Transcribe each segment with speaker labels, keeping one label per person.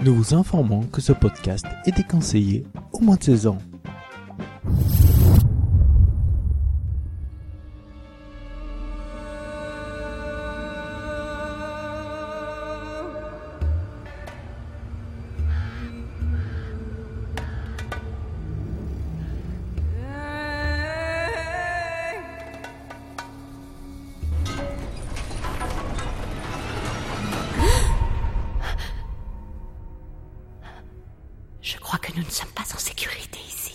Speaker 1: Nous vous informons que ce podcast est déconseillé au moins de 16 ans.
Speaker 2: Je crois que nous ne sommes pas en sécurité ici.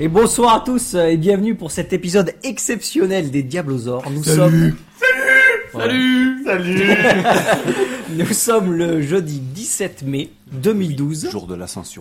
Speaker 3: Et bonsoir à tous euh, et bienvenue pour cet épisode exceptionnel des Diablosaures. Nous sommes nous sommes le jeudi 17 mai 2012,
Speaker 4: Jour de l'ascension.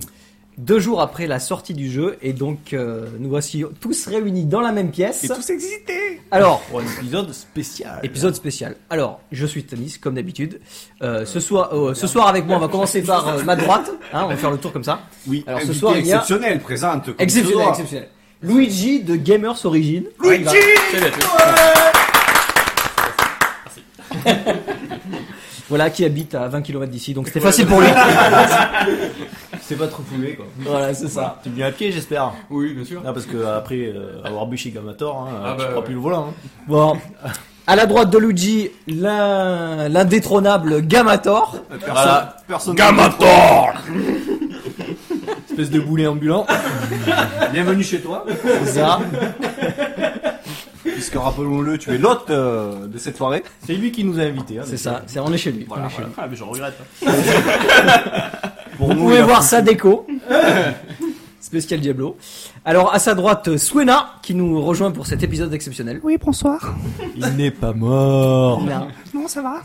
Speaker 3: deux jours après la sortie du jeu et donc euh, nous voici tous réunis dans la même pièce.
Speaker 4: excités
Speaker 3: Alors
Speaker 4: Pour un épisode spécial.
Speaker 3: épisode spécial. Alors je suis Tanis comme d'habitude. Euh, ce soir euh, ce soir avec moi on va commencer par euh, ma droite. Hein, on va faire le tour comme ça.
Speaker 4: Oui,
Speaker 3: Alors, ce
Speaker 4: invité
Speaker 3: soir, il y a-
Speaker 4: exceptionnel, présente. comme
Speaker 3: Exceptionnel,
Speaker 4: ce soir.
Speaker 3: exceptionnel. Luigi de Gamers Ah, Origin. Luigi Voilà, qui habite à 20 km d'ici, donc c'était facile pour lui.
Speaker 5: C'est pas trop fumé quoi.
Speaker 3: voilà, c'est ça.
Speaker 5: Tu me viens à pied j'espère.
Speaker 6: Oui, bien sûr.
Speaker 5: Non parce que après euh, avoir bu chez Gamator, hein,
Speaker 6: Ah
Speaker 5: tu
Speaker 6: bah,
Speaker 5: prends
Speaker 6: ouais.
Speaker 5: plus le volant. hein.
Speaker 3: Bon. À la droite de Luigi, l'in- l'indétrônable Gamator.
Speaker 5: Ah, Voilà,
Speaker 4: euh, Personne
Speaker 5: espèce de boulet ambulant.
Speaker 4: Bienvenue chez toi.
Speaker 3: C'est ça.
Speaker 4: Puisque rappelons-le, tu es l'hôte euh, de cette soirée.
Speaker 5: C'est lui qui nous a invités. hein,
Speaker 3: C'est ça. C'est- on est chez lui. on est chez lui.
Speaker 5: Ah mais je hein. regrette. hein.
Speaker 4: Pour
Speaker 3: Vous pouvez voir sa déco. Spécial Diablo. Alors à sa droite, Swena, qui nous rejoint pour cet épisode exceptionnel.
Speaker 1: Oui, bonsoir.
Speaker 5: Il n'est pas mort.
Speaker 3: Là.
Speaker 1: Non, ça va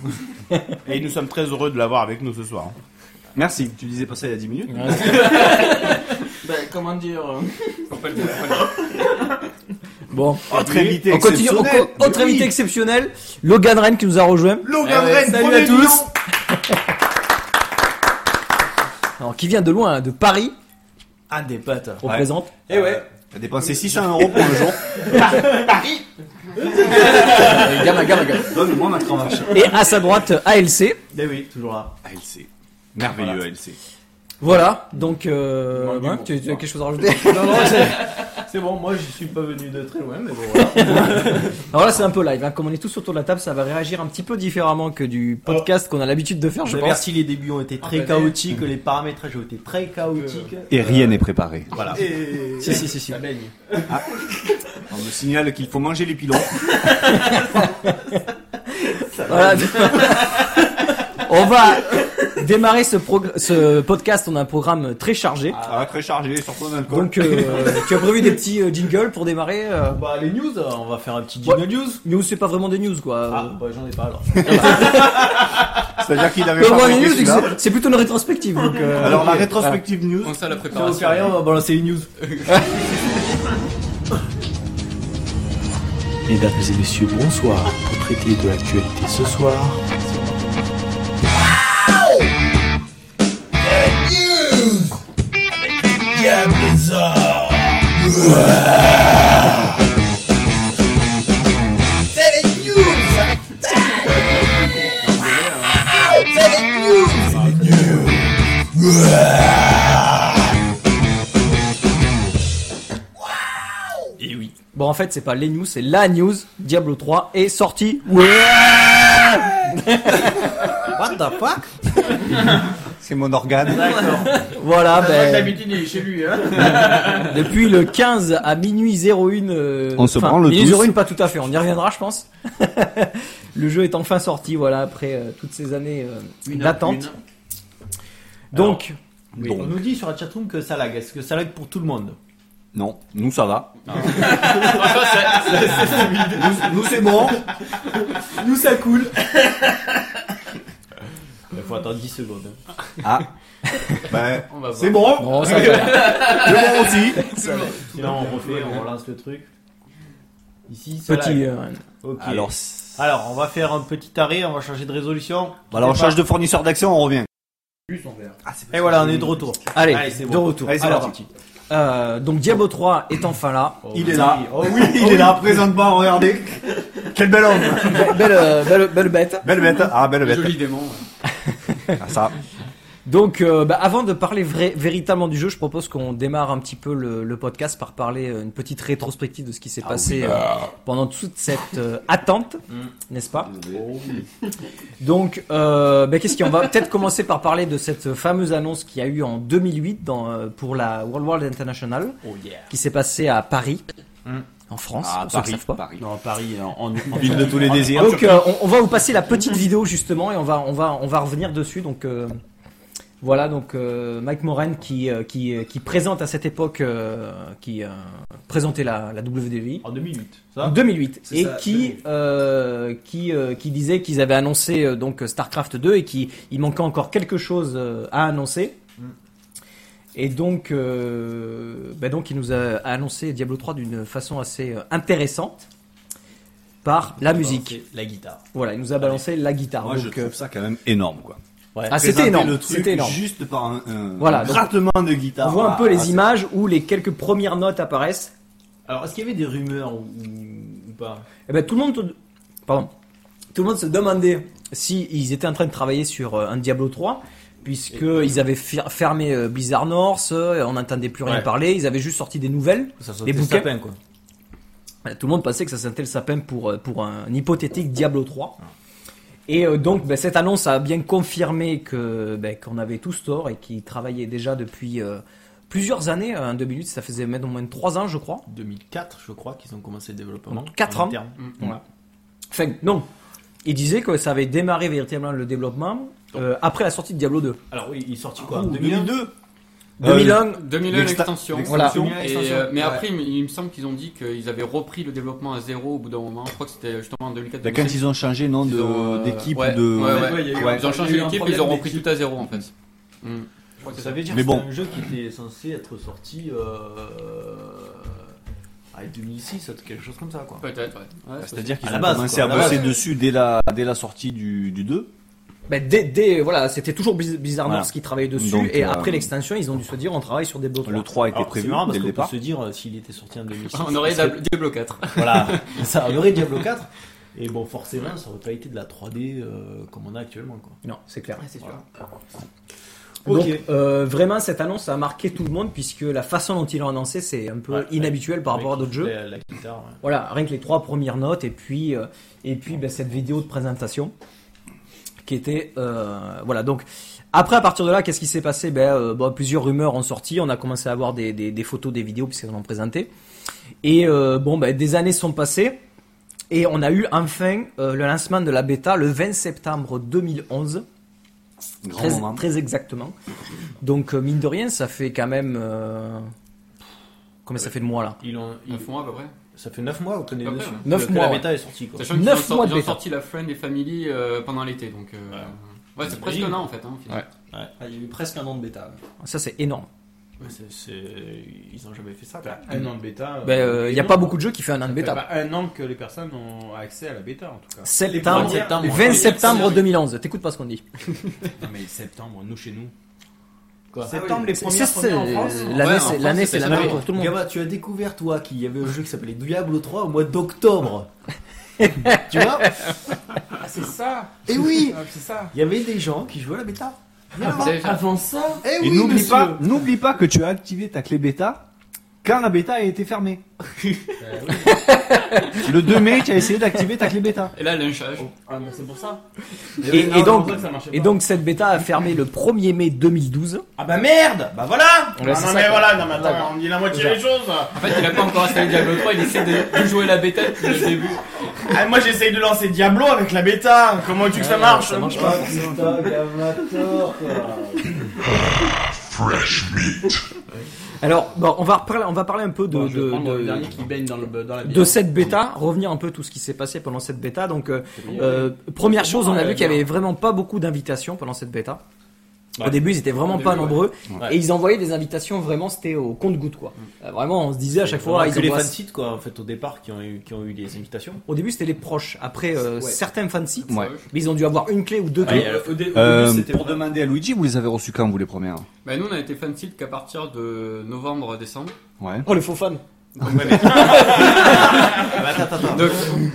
Speaker 7: Et nous sommes très heureux de l'avoir avec nous ce
Speaker 4: hein.
Speaker 7: soir.
Speaker 4: Merci, tu disais passer il y a 10 minutes.
Speaker 6: Ben, comment dire euh,
Speaker 3: Bon.
Speaker 4: Autre invité
Speaker 3: On continue. on
Speaker 4: exceptionnel.
Speaker 3: co- autre invité exceptionnel, Logan Ren qui nous a rejoint.
Speaker 4: Logan
Speaker 5: Eh,
Speaker 4: Rennes,
Speaker 5: salut
Speaker 4: premier
Speaker 5: à tous.
Speaker 4: lion.
Speaker 3: Alors, qui vient de loin, hein, de Paris,
Speaker 5: Ah des pattes.
Speaker 3: représente.
Speaker 5: Eh ouais.
Speaker 4: T'as dépensé 600 euros pour un jour.
Speaker 3: Euh, gamma, gamma, gamma.
Speaker 4: Donne-moi ma cravache.
Speaker 3: Et à sa droite, ALC.
Speaker 5: Eh oui, toujours là.
Speaker 4: ALC. Merveilleux ALC.
Speaker 3: Voilà. Donc, euh,
Speaker 6: Manque
Speaker 3: hein,
Speaker 6: d'humour.
Speaker 3: tu, tu as quelque chose à rajouter
Speaker 5: Non, non, c'est- c'est bon, moi je suis pas venu de très loin mais bon voilà.
Speaker 3: Alors là, c'est un peu live. hein. Comme on est tous autour de la table, ça va réagir un petit peu différemment que du podcast qu'on a l'habitude de faire, je
Speaker 5: Oh. Mais
Speaker 3: pense. Ah,
Speaker 5: Merci les débuts ont été très
Speaker 6: bah,
Speaker 5: chaotiques, les paramétrages ont été très chaotiques.
Speaker 4: Et rien n'est préparé.
Speaker 5: Voilà.
Speaker 3: Si, si, si, si.
Speaker 6: Ça baigne.
Speaker 4: On me signale qu'il faut manger les pilons.
Speaker 3: Voilà. on va démarrer ce, progr- ce podcast. On a un programme très chargé.
Speaker 4: Ah, très chargé, surtout en alcool.
Speaker 3: Donc, euh, tu as prévu des petits euh, jingles pour démarrer euh,
Speaker 5: Bah les news, euh, on va faire un petit jingle news.
Speaker 3: News, c'est pas vraiment des news, quoi.
Speaker 5: Ah bah j'en ai pas alors.
Speaker 4: C'est-à-dire qu'il avait
Speaker 3: Le moins des
Speaker 4: fabriqué
Speaker 3: news, c'est que
Speaker 4: celui-là.
Speaker 3: c'est- c'est plutôt une rétrospective. Donc, euh,
Speaker 4: Alors la rétrospective news,
Speaker 6: On sait à la
Speaker 5: Ça va
Speaker 6: préparation.
Speaker 5: faire rien, on va balancer une news.
Speaker 1: Mesdames et messieurs, bonsoir. Pour traiter de l'actualité ce soir,
Speaker 3: Bon, en fait, c'est pas les news, c'est la news. Diablo 3 est sorti.
Speaker 5: What the fuck
Speaker 4: c'est mon organe.
Speaker 3: Voilà, ben,
Speaker 6: D'habitude, il est chez lui, hein.
Speaker 3: depuis le 15 à minuit 01. euh,
Speaker 4: On se
Speaker 3: enfin,
Speaker 4: branle
Speaker 3: Minuit
Speaker 4: tous.
Speaker 3: 01, pas tout à fait, on y reviendra, je pense. le jeu est enfin sorti, voilà, après euh, toutes ces années euh, d'attente. Donc,
Speaker 8: Oui,
Speaker 9: Donc.
Speaker 8: on nous dit sur la chatroom que ça lag. Est-ce que ça lag pour tout le monde
Speaker 9: Non, nous ça va.
Speaker 4: Nous, nous, c'est bon.
Speaker 8: Nous, ça coule. Il faut attendre 10 secondes.
Speaker 9: Ah,
Speaker 8: hein.
Speaker 4: Ben,
Speaker 6: On va voir.
Speaker 4: c'est bon.
Speaker 3: Bon, ça va.
Speaker 4: Le bon aussi.
Speaker 8: Sinon, on refait, on relance le truc. Ici, ça
Speaker 3: Petit.
Speaker 8: lag.
Speaker 3: euh,
Speaker 8: Ok.
Speaker 9: alors,
Speaker 8: Alors,
Speaker 9: c'est-
Speaker 8: on va faire un petit arrêt, on va changer de résolution.
Speaker 4: Alors, on change de fournisseur d'action, on revient.
Speaker 8: Et voilà, on est de retour.
Speaker 3: Allez,
Speaker 8: Allez, c'est bon.
Speaker 3: de retour.
Speaker 4: Allez, c'est
Speaker 3: Alors,
Speaker 4: parti.
Speaker 3: euh, donc Diablo 3 est enfin là.
Speaker 4: Il est là.
Speaker 8: Oh oui.
Speaker 4: Oui, il est là, présente-moi, regardez. Quel bel homme.
Speaker 3: belle, euh, belle, belle bête.
Speaker 4: Belle bête. Ah, belle bête.
Speaker 6: Joli démon.
Speaker 4: Ah, ça.
Speaker 3: Donc, euh, bah, avant de parler vrai- véritablement du jeu, je propose qu'on démarre un petit peu le, le podcast par parler euh, une petite rétrospective de ce qui s'est
Speaker 9: Ah
Speaker 3: passé euh,
Speaker 9: bah.
Speaker 3: pendant toute cette euh, attente,
Speaker 9: Mm.
Speaker 3: n'est-ce pas Donc, euh, bah, qu'est-ce qu'on va peut-être commencer par parler de cette fameuse annonce qu'il y a eu en 2008 dans, euh, pour la World World International, qui s'est passée à Paris, en France,
Speaker 9: Oh Ah,
Speaker 3: pour ceux qui
Speaker 9: Paris,
Speaker 3: savent pas.
Speaker 9: Paris.
Speaker 10: Non, Paris, en, en,
Speaker 4: Ville de tous les désirs.
Speaker 3: Donc euh, on, on va vous passer la petite vidéo justement et on va on va on va revenir dessus donc euh, voilà donc euh, Mike Moran qui euh, qui euh, qui présente à cette époque euh, qui euh, présentait la la WDI
Speaker 8: En 2008,
Speaker 3: en
Speaker 8: ça
Speaker 3: 2008
Speaker 8: C'est
Speaker 3: et
Speaker 8: ça,
Speaker 3: qui
Speaker 8: 2008.
Speaker 3: euh, qui euh, qui disait qu'ils avaient annoncé euh, donc Starcraft 2 et qui il manquait encore quelque chose euh, à annoncer.
Speaker 8: Mm.
Speaker 3: Et donc, euh, bah donc, il nous a annoncé Diablo 3 d'une façon assez euh, intéressante par la musique.
Speaker 8: C'est La guitare.
Speaker 3: Voilà, il nous a balancé la guitare.
Speaker 4: Moi, je
Speaker 3: donc, euh,
Speaker 4: trouve ça quand même énorme, quoi.
Speaker 3: ah, c'était
Speaker 4: Présenter
Speaker 3: énorme.
Speaker 4: le truc
Speaker 3: C'était énorme.
Speaker 4: Juste par un, un
Speaker 3: Voilà, donc-
Speaker 4: grattement de guitare.
Speaker 3: On voit un peu
Speaker 4: Ah,
Speaker 3: les
Speaker 4: c'est-
Speaker 3: images où les quelques premières notes apparaissent.
Speaker 8: Alors, est-ce qu'il y avait des rumeurs ou, ou- ou pas
Speaker 3: Et ben tout le monde, te- pardon, tout le monde se demandait si ils étaient en train de travailler sur euh, un Diablo 3 puisque ils avaient fer- fermé euh, Blizzard North, euh, on n'entendait plus rien
Speaker 8: Ouais.
Speaker 3: parler, ils avaient juste sorti des nouvelles.
Speaker 8: Ça
Speaker 3: Des
Speaker 8: sautait
Speaker 3: bouquets.
Speaker 8: le sapin, quoi.
Speaker 3: Euh, Tout le monde pensait que ça sentait le sapin pour, euh, pour un hypothétique Diablo 3. Et euh, donc, ben, cette annonce a bien confirmé que ben, qu'on avait tous tort et qu'ils travaillaient déjà depuis euh, plusieurs années. Euh, En 2008, ça faisait même au moins 3 ans, je crois.
Speaker 6: 2004, je crois, qu'ils ont commencé le développement.
Speaker 3: Donc, quatre
Speaker 6: En
Speaker 3: ans.
Speaker 6: interne.
Speaker 3: Voilà. Enfin, non. Il disait que ça avait démarré véritablement le développement euh, après la sortie de Diablo 2.
Speaker 9: Ah
Speaker 8: Alors, oui, il est sorti quoi en 2001
Speaker 4: 2002.
Speaker 3: 2001,
Speaker 6: 2001
Speaker 4: L'extra-
Speaker 6: l'extension.
Speaker 3: voilà.
Speaker 6: Et,
Speaker 4: Extension.
Speaker 6: euh, mais
Speaker 4: Ouais.
Speaker 6: après, il me- il me semble qu'ils ont dit qu'ils avaient repris le développement à zéro au bout d'un moment. Je crois que c'était justement en 2004.
Speaker 4: Bah, Quand ils ont changé le nom
Speaker 6: Ils ont,
Speaker 4: de-
Speaker 6: euh,
Speaker 4: d'équipe
Speaker 6: ouais,
Speaker 4: de.
Speaker 6: ouais, ouais.
Speaker 8: Ouais, il y a eu un-
Speaker 6: Ils ont
Speaker 8: il y
Speaker 6: changé
Speaker 8: a eu un
Speaker 6: l'équipe,
Speaker 8: problème
Speaker 6: ils ont repris
Speaker 8: d'équipe.
Speaker 6: tout à zéro en fait. Hmm. Je crois que
Speaker 8: Ça
Speaker 6: ça-
Speaker 8: veut dire
Speaker 4: Mais
Speaker 8: que
Speaker 4: bon.
Speaker 8: c'est un jeu qui était censé être sorti euh... à 2006, quelque chose comme ça quoi.
Speaker 6: Peut-être, ouais.
Speaker 8: Ah,
Speaker 6: Ouais, c'est
Speaker 9: C'est-à-dire qu'ils
Speaker 8: À la
Speaker 9: ont
Speaker 8: base,
Speaker 9: commencé
Speaker 8: quoi,
Speaker 9: à
Speaker 8: à la
Speaker 9: bosser
Speaker 8: base.
Speaker 9: dessus dès la, dès la sortie du, du 2.
Speaker 3: ben, dès, dès- voilà, c'était toujours Blizz- Blizzard
Speaker 9: Voilà.
Speaker 3: North qui travaillait dessus.
Speaker 9: Donc,
Speaker 3: et
Speaker 9: euh,
Speaker 3: après l'extension, ils ont dû se dire on travaille sur Diablo 3.
Speaker 9: Le 3 était
Speaker 8: Alors, c'est
Speaker 9: prévu dès
Speaker 8: marrant parce
Speaker 9: le
Speaker 8: qu'on peut
Speaker 9: départ.
Speaker 8: se dire euh, s'il était sorti en 2006.
Speaker 6: possible. On aurait
Speaker 8: ça serait-
Speaker 6: Diablo Diablo 4.
Speaker 8: Voilà, ça, on aurait Diablo 4. Et bon, forcément, ça aurait pas été de la 3D euh, comme on a actuellement quoi.
Speaker 3: Non, c'est clair.
Speaker 6: Ah, c'est sûr.
Speaker 3: Donc,
Speaker 8: Ok.
Speaker 3: euh, vraiment, cette annonce a marqué tout le monde puisque la façon dont ils l'ont annoncé, c'est un peu
Speaker 8: Ouais, ouais.
Speaker 3: inhabituel par rapport à d'autres
Speaker 8: Avec
Speaker 3: jeux.
Speaker 8: La, la guitare. ouais.
Speaker 3: Voilà, rien que les trois premières notes et puis euh, et puis ben, cette vidéo de présentation qui était euh, voilà donc après à partir de là qu'est-ce qui s'est passé ben euh, bon, plusieurs rumeurs ont sorti, on a commencé à avoir des, des, des photos, des vidéos puisqu'elles en présenté et euh, bon ben des années sont passées et on a eu enfin euh, le lancement de la bêta le 20 septembre 2011
Speaker 4: Grand
Speaker 3: très,
Speaker 4: moment.
Speaker 3: très exactement donc euh, mine de rien ça fait quand même euh, combien ça fait de mois là
Speaker 8: Ils ont, ils-
Speaker 6: 9 mois à peu près.
Speaker 8: ça fait 9 mois qu'on est
Speaker 6: À peu
Speaker 8: dessus.
Speaker 6: près, ouais.
Speaker 3: Neuf
Speaker 8: que
Speaker 3: mois,
Speaker 8: La
Speaker 3: ouais.
Speaker 8: méta est sortie quoi.
Speaker 6: Sachant qu'ils ont,
Speaker 3: Neuf mois
Speaker 6: sorti-
Speaker 3: de
Speaker 6: ils ont
Speaker 3: bêta.
Speaker 6: sorti la Friend et Family euh, pendant l'été, donc. euh,
Speaker 8: Ouais.
Speaker 6: Ouais, c'est presque un an en fait. Hein, au final.
Speaker 8: Ah, il y a eu presque un an de bêta.
Speaker 3: ça c'est énorme
Speaker 8: C'est- c'est- Ils ont jamais fait ça. quoi.
Speaker 3: Un
Speaker 11: Un an de
Speaker 8: euh,
Speaker 11: bêta.
Speaker 3: ben il y a pas beaucoup de jeux qui fait un an de bêta
Speaker 11: un an que les personnes ont accès à la bêta en tout cas.
Speaker 3: Septembre,
Speaker 11: Les
Speaker 6: premières-
Speaker 3: le
Speaker 6: les
Speaker 3: 20
Speaker 6: premières
Speaker 3: septembre
Speaker 6: séries.
Speaker 3: 2011. T'écoutes pas ce qu'on dit.
Speaker 11: Non mais septembre, nous chez nous.
Speaker 8: Quoi
Speaker 11: Septembre, les
Speaker 3: C'est-
Speaker 11: premières
Speaker 3: c'est-
Speaker 11: premières en France.
Speaker 6: Ouais,
Speaker 3: L'année, c'est-
Speaker 6: en France,
Speaker 3: l'année, c'est
Speaker 6: c'était
Speaker 3: la
Speaker 6: ça,
Speaker 3: même
Speaker 6: ouais.
Speaker 3: pour tout le monde.
Speaker 8: Ah Gaba, tu as découvert toi qu'il y avait un jeu qui s'appelait Diablo 3 au mois d'octobre. tu vois
Speaker 11: Ah c'est ça
Speaker 8: Et oui,
Speaker 11: Ah, C'est ça Ah,
Speaker 8: il y avait des gens qui jouaient à la bêta.
Speaker 6: C'est-
Speaker 11: Avant ça
Speaker 8: Eh
Speaker 4: Et
Speaker 8: oui,
Speaker 4: n'oublie
Speaker 8: monsieur.
Speaker 4: pas, n'oublie pas que tu as activé ta clé bêta quand la bêta a été fermée. le 2 mai, tu as essayé d'activer ta clé bêta.
Speaker 6: Et là, lynchage.
Speaker 11: Ah mais c'est pour ça.
Speaker 3: Et, et donc, et
Speaker 11: et
Speaker 3: donc cette bêta a fermé le 1er mai 2012.
Speaker 11: Ah bah merde Bah voilà
Speaker 3: Là, c'est
Speaker 10: non,
Speaker 3: ça,
Speaker 10: mais
Speaker 3: quoi.
Speaker 10: voilà, non, mais attends, on me dit la moitié des choses.
Speaker 6: En fait, il a pas encore installé Diablo 3, il essaie de, de jouer la bêta depuis le début.
Speaker 10: Ah, moi, j'essaye de lancer Diablo avec la bêta. Comment veux-tu que ça marche
Speaker 8: Ah, putain, Gaba, tort, quoi.
Speaker 3: Alors, bon, on va reparler- on va parler un peu de,
Speaker 8: Bon, je vais
Speaker 3: de-
Speaker 8: prendre
Speaker 3: de-
Speaker 8: le dernier qui baigne dans, le, dans la bière.
Speaker 3: de cette bêta, revenir un peu tout ce qui s'est passé pendant cette bêta. Donc, euh, euh, première chose, on a vu qu'il y avait vraiment pas beaucoup d'invitations pendant cette bêta. Au
Speaker 8: Ouais.
Speaker 3: début, ils étaient vraiment
Speaker 6: Au
Speaker 3: pas
Speaker 6: début, ouais.
Speaker 3: nombreux
Speaker 8: Ouais.
Speaker 3: et ils envoyaient des invitations vraiment, c'était au compte-goutte quoi. Euh, Vraiment, on se disait à chaque fois,
Speaker 8: Faudra
Speaker 3: ils
Speaker 8: que les
Speaker 3: envoient-
Speaker 8: fansites quoi en fait au départ qui ont eu qui ont eu les invitations.
Speaker 3: au début c'était les proches. Après, euh, certains fansites,
Speaker 4: Ouais.
Speaker 3: mais ils ont dû avoir une clé ou deux clés.
Speaker 6: Au dé- au
Speaker 4: Euh,
Speaker 6: début, c'était
Speaker 4: pour
Speaker 6: vraiment-
Speaker 4: demander à Luigi, vous les avez reçus quand, vous, les premières
Speaker 6: Bah, nous, on a été fansite qu'à partir de novembre-décembre.
Speaker 4: Ouais.
Speaker 3: Oh le faux fan.
Speaker 8: Ah, bah,
Speaker 3: Ah.
Speaker 6: Donc,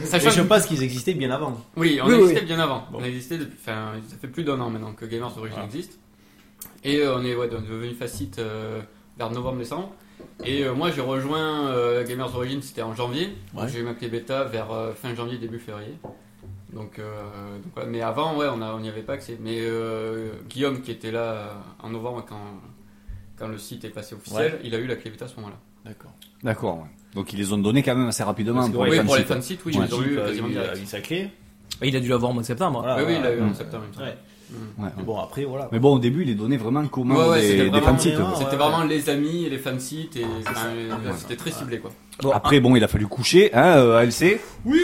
Speaker 6: sachant
Speaker 8: Et je
Speaker 6: que-
Speaker 8: pense qu'ils existaient bien avant.
Speaker 6: Oui, on
Speaker 3: Oui, oui,
Speaker 6: existait
Speaker 3: oui.
Speaker 6: bien avant. On existait depuis, enfin, ça fait plus d'un an maintenant que Gamers Origin existe. Et euh, on est ouais, donc, devenu facite euh, vers novembre-décembre. Et euh, moi, j'ai rejoint euh, Gamers Origin, c'était en janvier. Donc, J'ai eu ma clé bêta vers euh, fin janvier, début février. Donc, euh, donc, voilà. mais avant, ouais, on a- on n'y avait pas accès. Mais euh, Guillaume, qui était là euh, en novembre quand, quand le site est passé officiel, il a eu la clé bêta à ce moment-là.
Speaker 8: D'accord.
Speaker 4: D'accord, ouais. Donc ils les ont donné quand même assez rapidement
Speaker 8: Parce que
Speaker 4: pour
Speaker 8: oui,
Speaker 4: les
Speaker 6: oui, pour les
Speaker 4: fansites.
Speaker 6: fansites, oui,
Speaker 4: Ouais.
Speaker 6: ils ont eu quasiment
Speaker 8: euh, il a
Speaker 6: direct.
Speaker 8: eu euh, sa clé.
Speaker 3: Il a dû l'avoir au mois de septembre.
Speaker 8: Voilà,
Speaker 6: oui, oui, il a eu en
Speaker 8: voilà.
Speaker 6: septembre. il me semble.
Speaker 8: Ouais.
Speaker 4: Ouais, ouais.
Speaker 8: Bon après voilà.
Speaker 4: Mais bon, au début, il les donnait vraiment comment
Speaker 6: Ouais, ouais,
Speaker 4: des,
Speaker 6: c'était
Speaker 4: des
Speaker 6: vraiment- hein.
Speaker 4: fansites.
Speaker 8: ouais, ouais.
Speaker 6: C'était vraiment les amis et les fansites et enfin, euh, c'était très ciblé quoi.
Speaker 4: Après, bon, il a fallu coucher, hein, euh, ALC.
Speaker 12: Oui,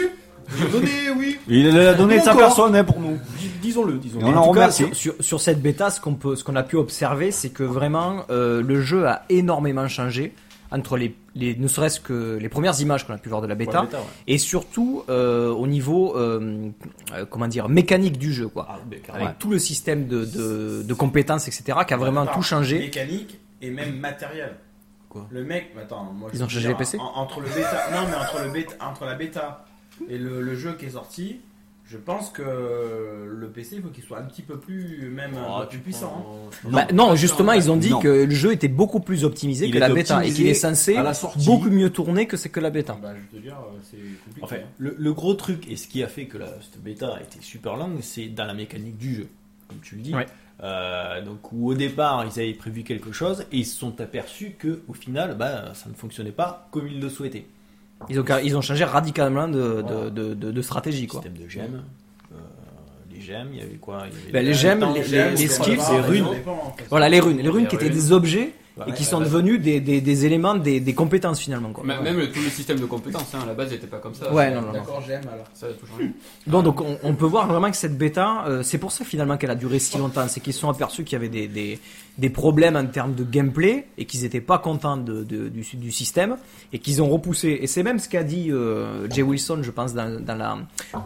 Speaker 12: j'ai donné, oui.
Speaker 4: Il l'a donné de sa
Speaker 12: Encore.
Speaker 4: personne, hein, pour nous.
Speaker 8: Disons-le, disons.
Speaker 4: Et
Speaker 8: le
Speaker 4: on
Speaker 3: En
Speaker 4: en
Speaker 3: tout cas,
Speaker 4: remercie.
Speaker 3: sur, sur- sur cette bêta, ce qu'on peut, ce qu'on a pu observer, c'est que vraiment euh, le jeu a énormément changé entre les, les ne serait-ce que les premières images qu'on a pu voir de la bêta, et surtout euh, au niveau euh, euh, comment dire mécanique du jeu quoi,
Speaker 8: ah,
Speaker 3: avec
Speaker 4: ouais.
Speaker 3: tout le système de, de, de compétences etc qui a vraiment
Speaker 12: Attends,
Speaker 3: tout changé.
Speaker 12: Mécanique et même matériel.
Speaker 8: Quoi
Speaker 12: Le mec, mais attends, moi je
Speaker 3: Ils ont
Speaker 12: veux
Speaker 3: changé les
Speaker 12: dire,
Speaker 3: PC
Speaker 12: en- Entre le bêta, non mais entre le bêta, entre la bêta et le, le jeu qui est sorti, je pense que le PC il faut qu'il soit un petit peu plus même un peu plus puissant. hein.
Speaker 3: Bah, Non, justement ils ont dit
Speaker 4: Non.
Speaker 3: que le jeu était beaucoup plus optimisé
Speaker 4: Il
Speaker 3: que la
Speaker 4: était
Speaker 3: bêta et qu'il est
Speaker 4: optimisé
Speaker 3: censé
Speaker 4: à la sortie.
Speaker 3: beaucoup mieux tourner que c'est que la bêta.
Speaker 12: hein. Bah je veux te dire, euh, c'est compliqué.
Speaker 8: Enfin, le, le gros truc, et ce qui a fait que la, cette bêta a été super longue, c'est dans la mécanique du jeu, comme tu le dis.
Speaker 3: Ouais.
Speaker 8: Euh, donc, où au départ, ils avaient prévu quelque chose et ils se sont aperçus que, au final, bah, ça ne fonctionnait pas comme ils le souhaitaient.
Speaker 3: Ils ont ils ont changé radicalement de de,
Speaker 8: Voilà.
Speaker 3: de, de- de stratégie quoi.
Speaker 8: Système de gemmes, euh, les gemmes, il y avait quoi Il y avait
Speaker 3: Bah,
Speaker 8: le
Speaker 3: les gemmes,
Speaker 8: Euh, temps,
Speaker 3: les-
Speaker 8: gemmes,
Speaker 3: les- les
Speaker 8: c'est
Speaker 3: skills,
Speaker 8: pas
Speaker 3: c'est
Speaker 8: grave,
Speaker 3: rude.
Speaker 8: non.
Speaker 12: hein,
Speaker 3: Voilà les runes, les runes qui
Speaker 6: Les
Speaker 3: étaient
Speaker 6: runes.
Speaker 3: des objets et
Speaker 8: Ouais,
Speaker 3: qui
Speaker 8: Bah, ouais,
Speaker 3: sont
Speaker 8: ouais.
Speaker 3: devenus des, des, des éléments, des, des compétences finalement. Quoi.
Speaker 6: Même le- tout le système de compétences, hein, à la base n'était pas comme ça.
Speaker 3: Ouais,
Speaker 6: Ça,
Speaker 3: non, non, non.
Speaker 12: D'accord, j'aime alors.
Speaker 6: Ça a tout changé.
Speaker 3: Bon, donc on, on peut voir vraiment que cette bêta, euh, c'est pour ça finalement qu'elle a duré si longtemps, c'est qu'ils se sont aperçus qu'il y avait des, des, des problèmes en termes de gameplay et qu'ils n'étaient pas contents de, de- du, du système et qu'ils ont repoussé. Et c'est même ce qu'a dit euh, Jay Wilson, je pense, dans, dans la,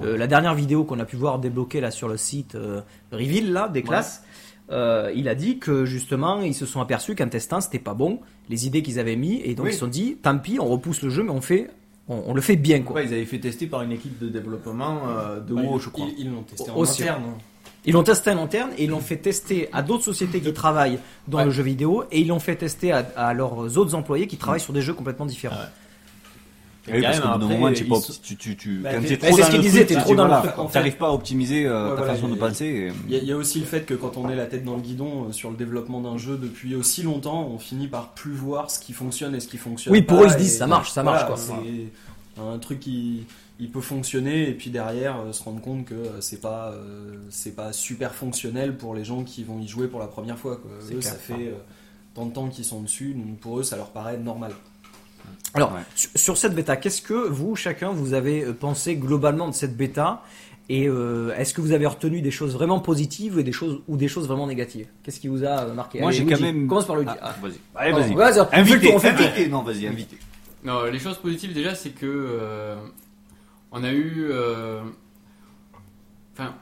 Speaker 3: euh, la dernière vidéo qu'on a pu voir débloquée là sur le site euh, Reveal là, des classes. Euh, il a dit que justement ils se sont aperçus qu'un testant c'était pas bon, les idées qu'ils avaient mis et donc ils se sont dit tant pis on repousse le jeu mais on fait on, on le fait bien quoi.
Speaker 4: ils avaient fait tester par une équipe de développement de
Speaker 12: Bah,
Speaker 8: WoW,
Speaker 4: je crois.
Speaker 8: Ils ils l'ont testé en
Speaker 3: Aussi.
Speaker 4: hein.
Speaker 8: interne.
Speaker 3: Ils l'ont testé en interne et ils l'ont fait tester à d'autres sociétés qui travaillent dans le jeu vidéo et ils l'ont fait tester à, à leurs autres employés qui
Speaker 4: Mm.
Speaker 3: travaillent sur des jeux complètement différents.
Speaker 4: Eh Oui, parce qu'au bout d'un moment, tu, peux opti- tu, tu, tu,
Speaker 8: Bah,
Speaker 4: quand
Speaker 8: t'es-
Speaker 3: c'est
Speaker 4: t'es trop dans
Speaker 3: ce qu'il
Speaker 4: le
Speaker 3: disait,
Speaker 4: truc,
Speaker 3: t'es
Speaker 4: tu-
Speaker 3: trop dans le
Speaker 4: voilà,
Speaker 3: truc, en fait.
Speaker 4: T'arrives pas à optimiser euh,
Speaker 13: Ouais,
Speaker 4: ta
Speaker 13: voilà,
Speaker 4: façon de
Speaker 13: et-
Speaker 4: penser. et-
Speaker 13: Il y, a- il y a aussi le fait que quand on est la tête dans le guidon euh, sur le développement d'un jeu depuis aussi longtemps, on finit par plus voir ce qui fonctionne et ce qui fonctionne
Speaker 3: Oui,
Speaker 13: pas.
Speaker 3: pour eux, ils se
Speaker 13: et-
Speaker 3: disent, ça marche, ça marche,
Speaker 13: voilà,
Speaker 3: quoi.
Speaker 13: C'est un truc qui il peut fonctionner et puis derrière euh, se rendre compte que euh, c'est pas euh, c'est pas super fonctionnel pour les gens qui vont y jouer pour la première fois. Quoi.
Speaker 3: C'est
Speaker 13: Eux,
Speaker 3: clair.
Speaker 13: ça fait euh, tant de temps qu'ils sont dessus, donc pour eux, ça leur paraît normal.
Speaker 3: Alors,
Speaker 4: Ouais.
Speaker 3: sur, sur cette bêta, qu'est-ce que vous, chacun, vous avez euh, pensé globalement de cette bêta et euh, est-ce que vous avez retenu des choses vraiment positives et des choses, ou des choses vraiment négatives Qu'est-ce qui vous a euh, marqué
Speaker 4: Moi,
Speaker 3: Allez,
Speaker 4: j'ai
Speaker 3: Luigi.
Speaker 4: quand même-
Speaker 3: Commence par Luigi.
Speaker 4: Ah,
Speaker 3: Ah.
Speaker 4: Vas-y. Allez,
Speaker 3: Pardon.
Speaker 4: vas-y.
Speaker 3: Vas-y, on fait le
Speaker 4: Invité,
Speaker 3: tour, on fait le tour.
Speaker 4: invité. Non, vas-y, invité.
Speaker 6: Non, les choses positives déjà, c'est que euh, on a eu, euh, enfin,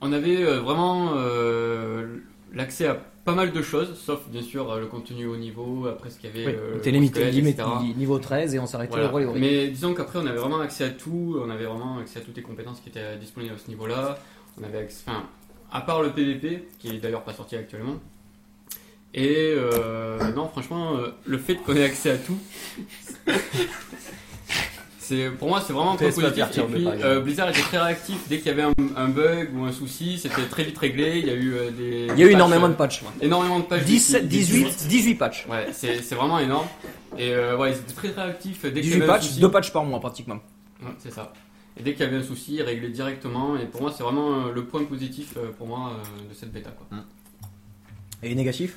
Speaker 6: on avait euh, vraiment euh, l'accès à pas mal de choses, sauf bien sûr euh, le contenu haut niveau, après ce qu'il y avait.
Speaker 3: Oui,
Speaker 6: euh,
Speaker 3: on était
Speaker 6: le
Speaker 3: limité,
Speaker 6: squelette,
Speaker 3: limité,
Speaker 6: etc.
Speaker 3: niveau 13 et on s'arrêtait
Speaker 6: Voilà.
Speaker 3: au Royaume.
Speaker 6: Mais disons qu'après, on avait vraiment accès à tout, on avait vraiment accès à toutes les compétences qui étaient disponibles à ce niveau-là. On avait accès, enfin, à part le PVP, qui est d'ailleurs pas sorti actuellement. Et euh, non, franchement, euh, le fait qu'on ait accès à tout, c'est pour moi, c'est vraiment un point
Speaker 8: T'es pas
Speaker 6: positif. Et
Speaker 8: perturbé,
Speaker 6: puis,
Speaker 8: par exemple.
Speaker 6: euh, Blizzard était très réactif dès qu'il y avait un, un bug ou un souci, c'était très vite réglé. Il y a eu euh, des.
Speaker 3: Il y a eu énormément de patchs.
Speaker 6: énormément de pages.
Speaker 3: 17,
Speaker 6: d'ici-
Speaker 3: 18, 18 patchs.
Speaker 6: Ouais, c'est c'est vraiment énorme. Et euh, ouais, ils étaient très réactifs dès qu'il y
Speaker 3: 18
Speaker 6: avait un
Speaker 3: patchs,
Speaker 6: souci.
Speaker 3: 2 patchs par mois pratiquement.
Speaker 6: Ouais, c'est ça. Et dès qu'il y avait un souci, il réglait directement. Et pour moi, c'est vraiment euh, le point positif euh, pour moi euh, de cette bêta. Quoi.
Speaker 3: Et Mm. négatif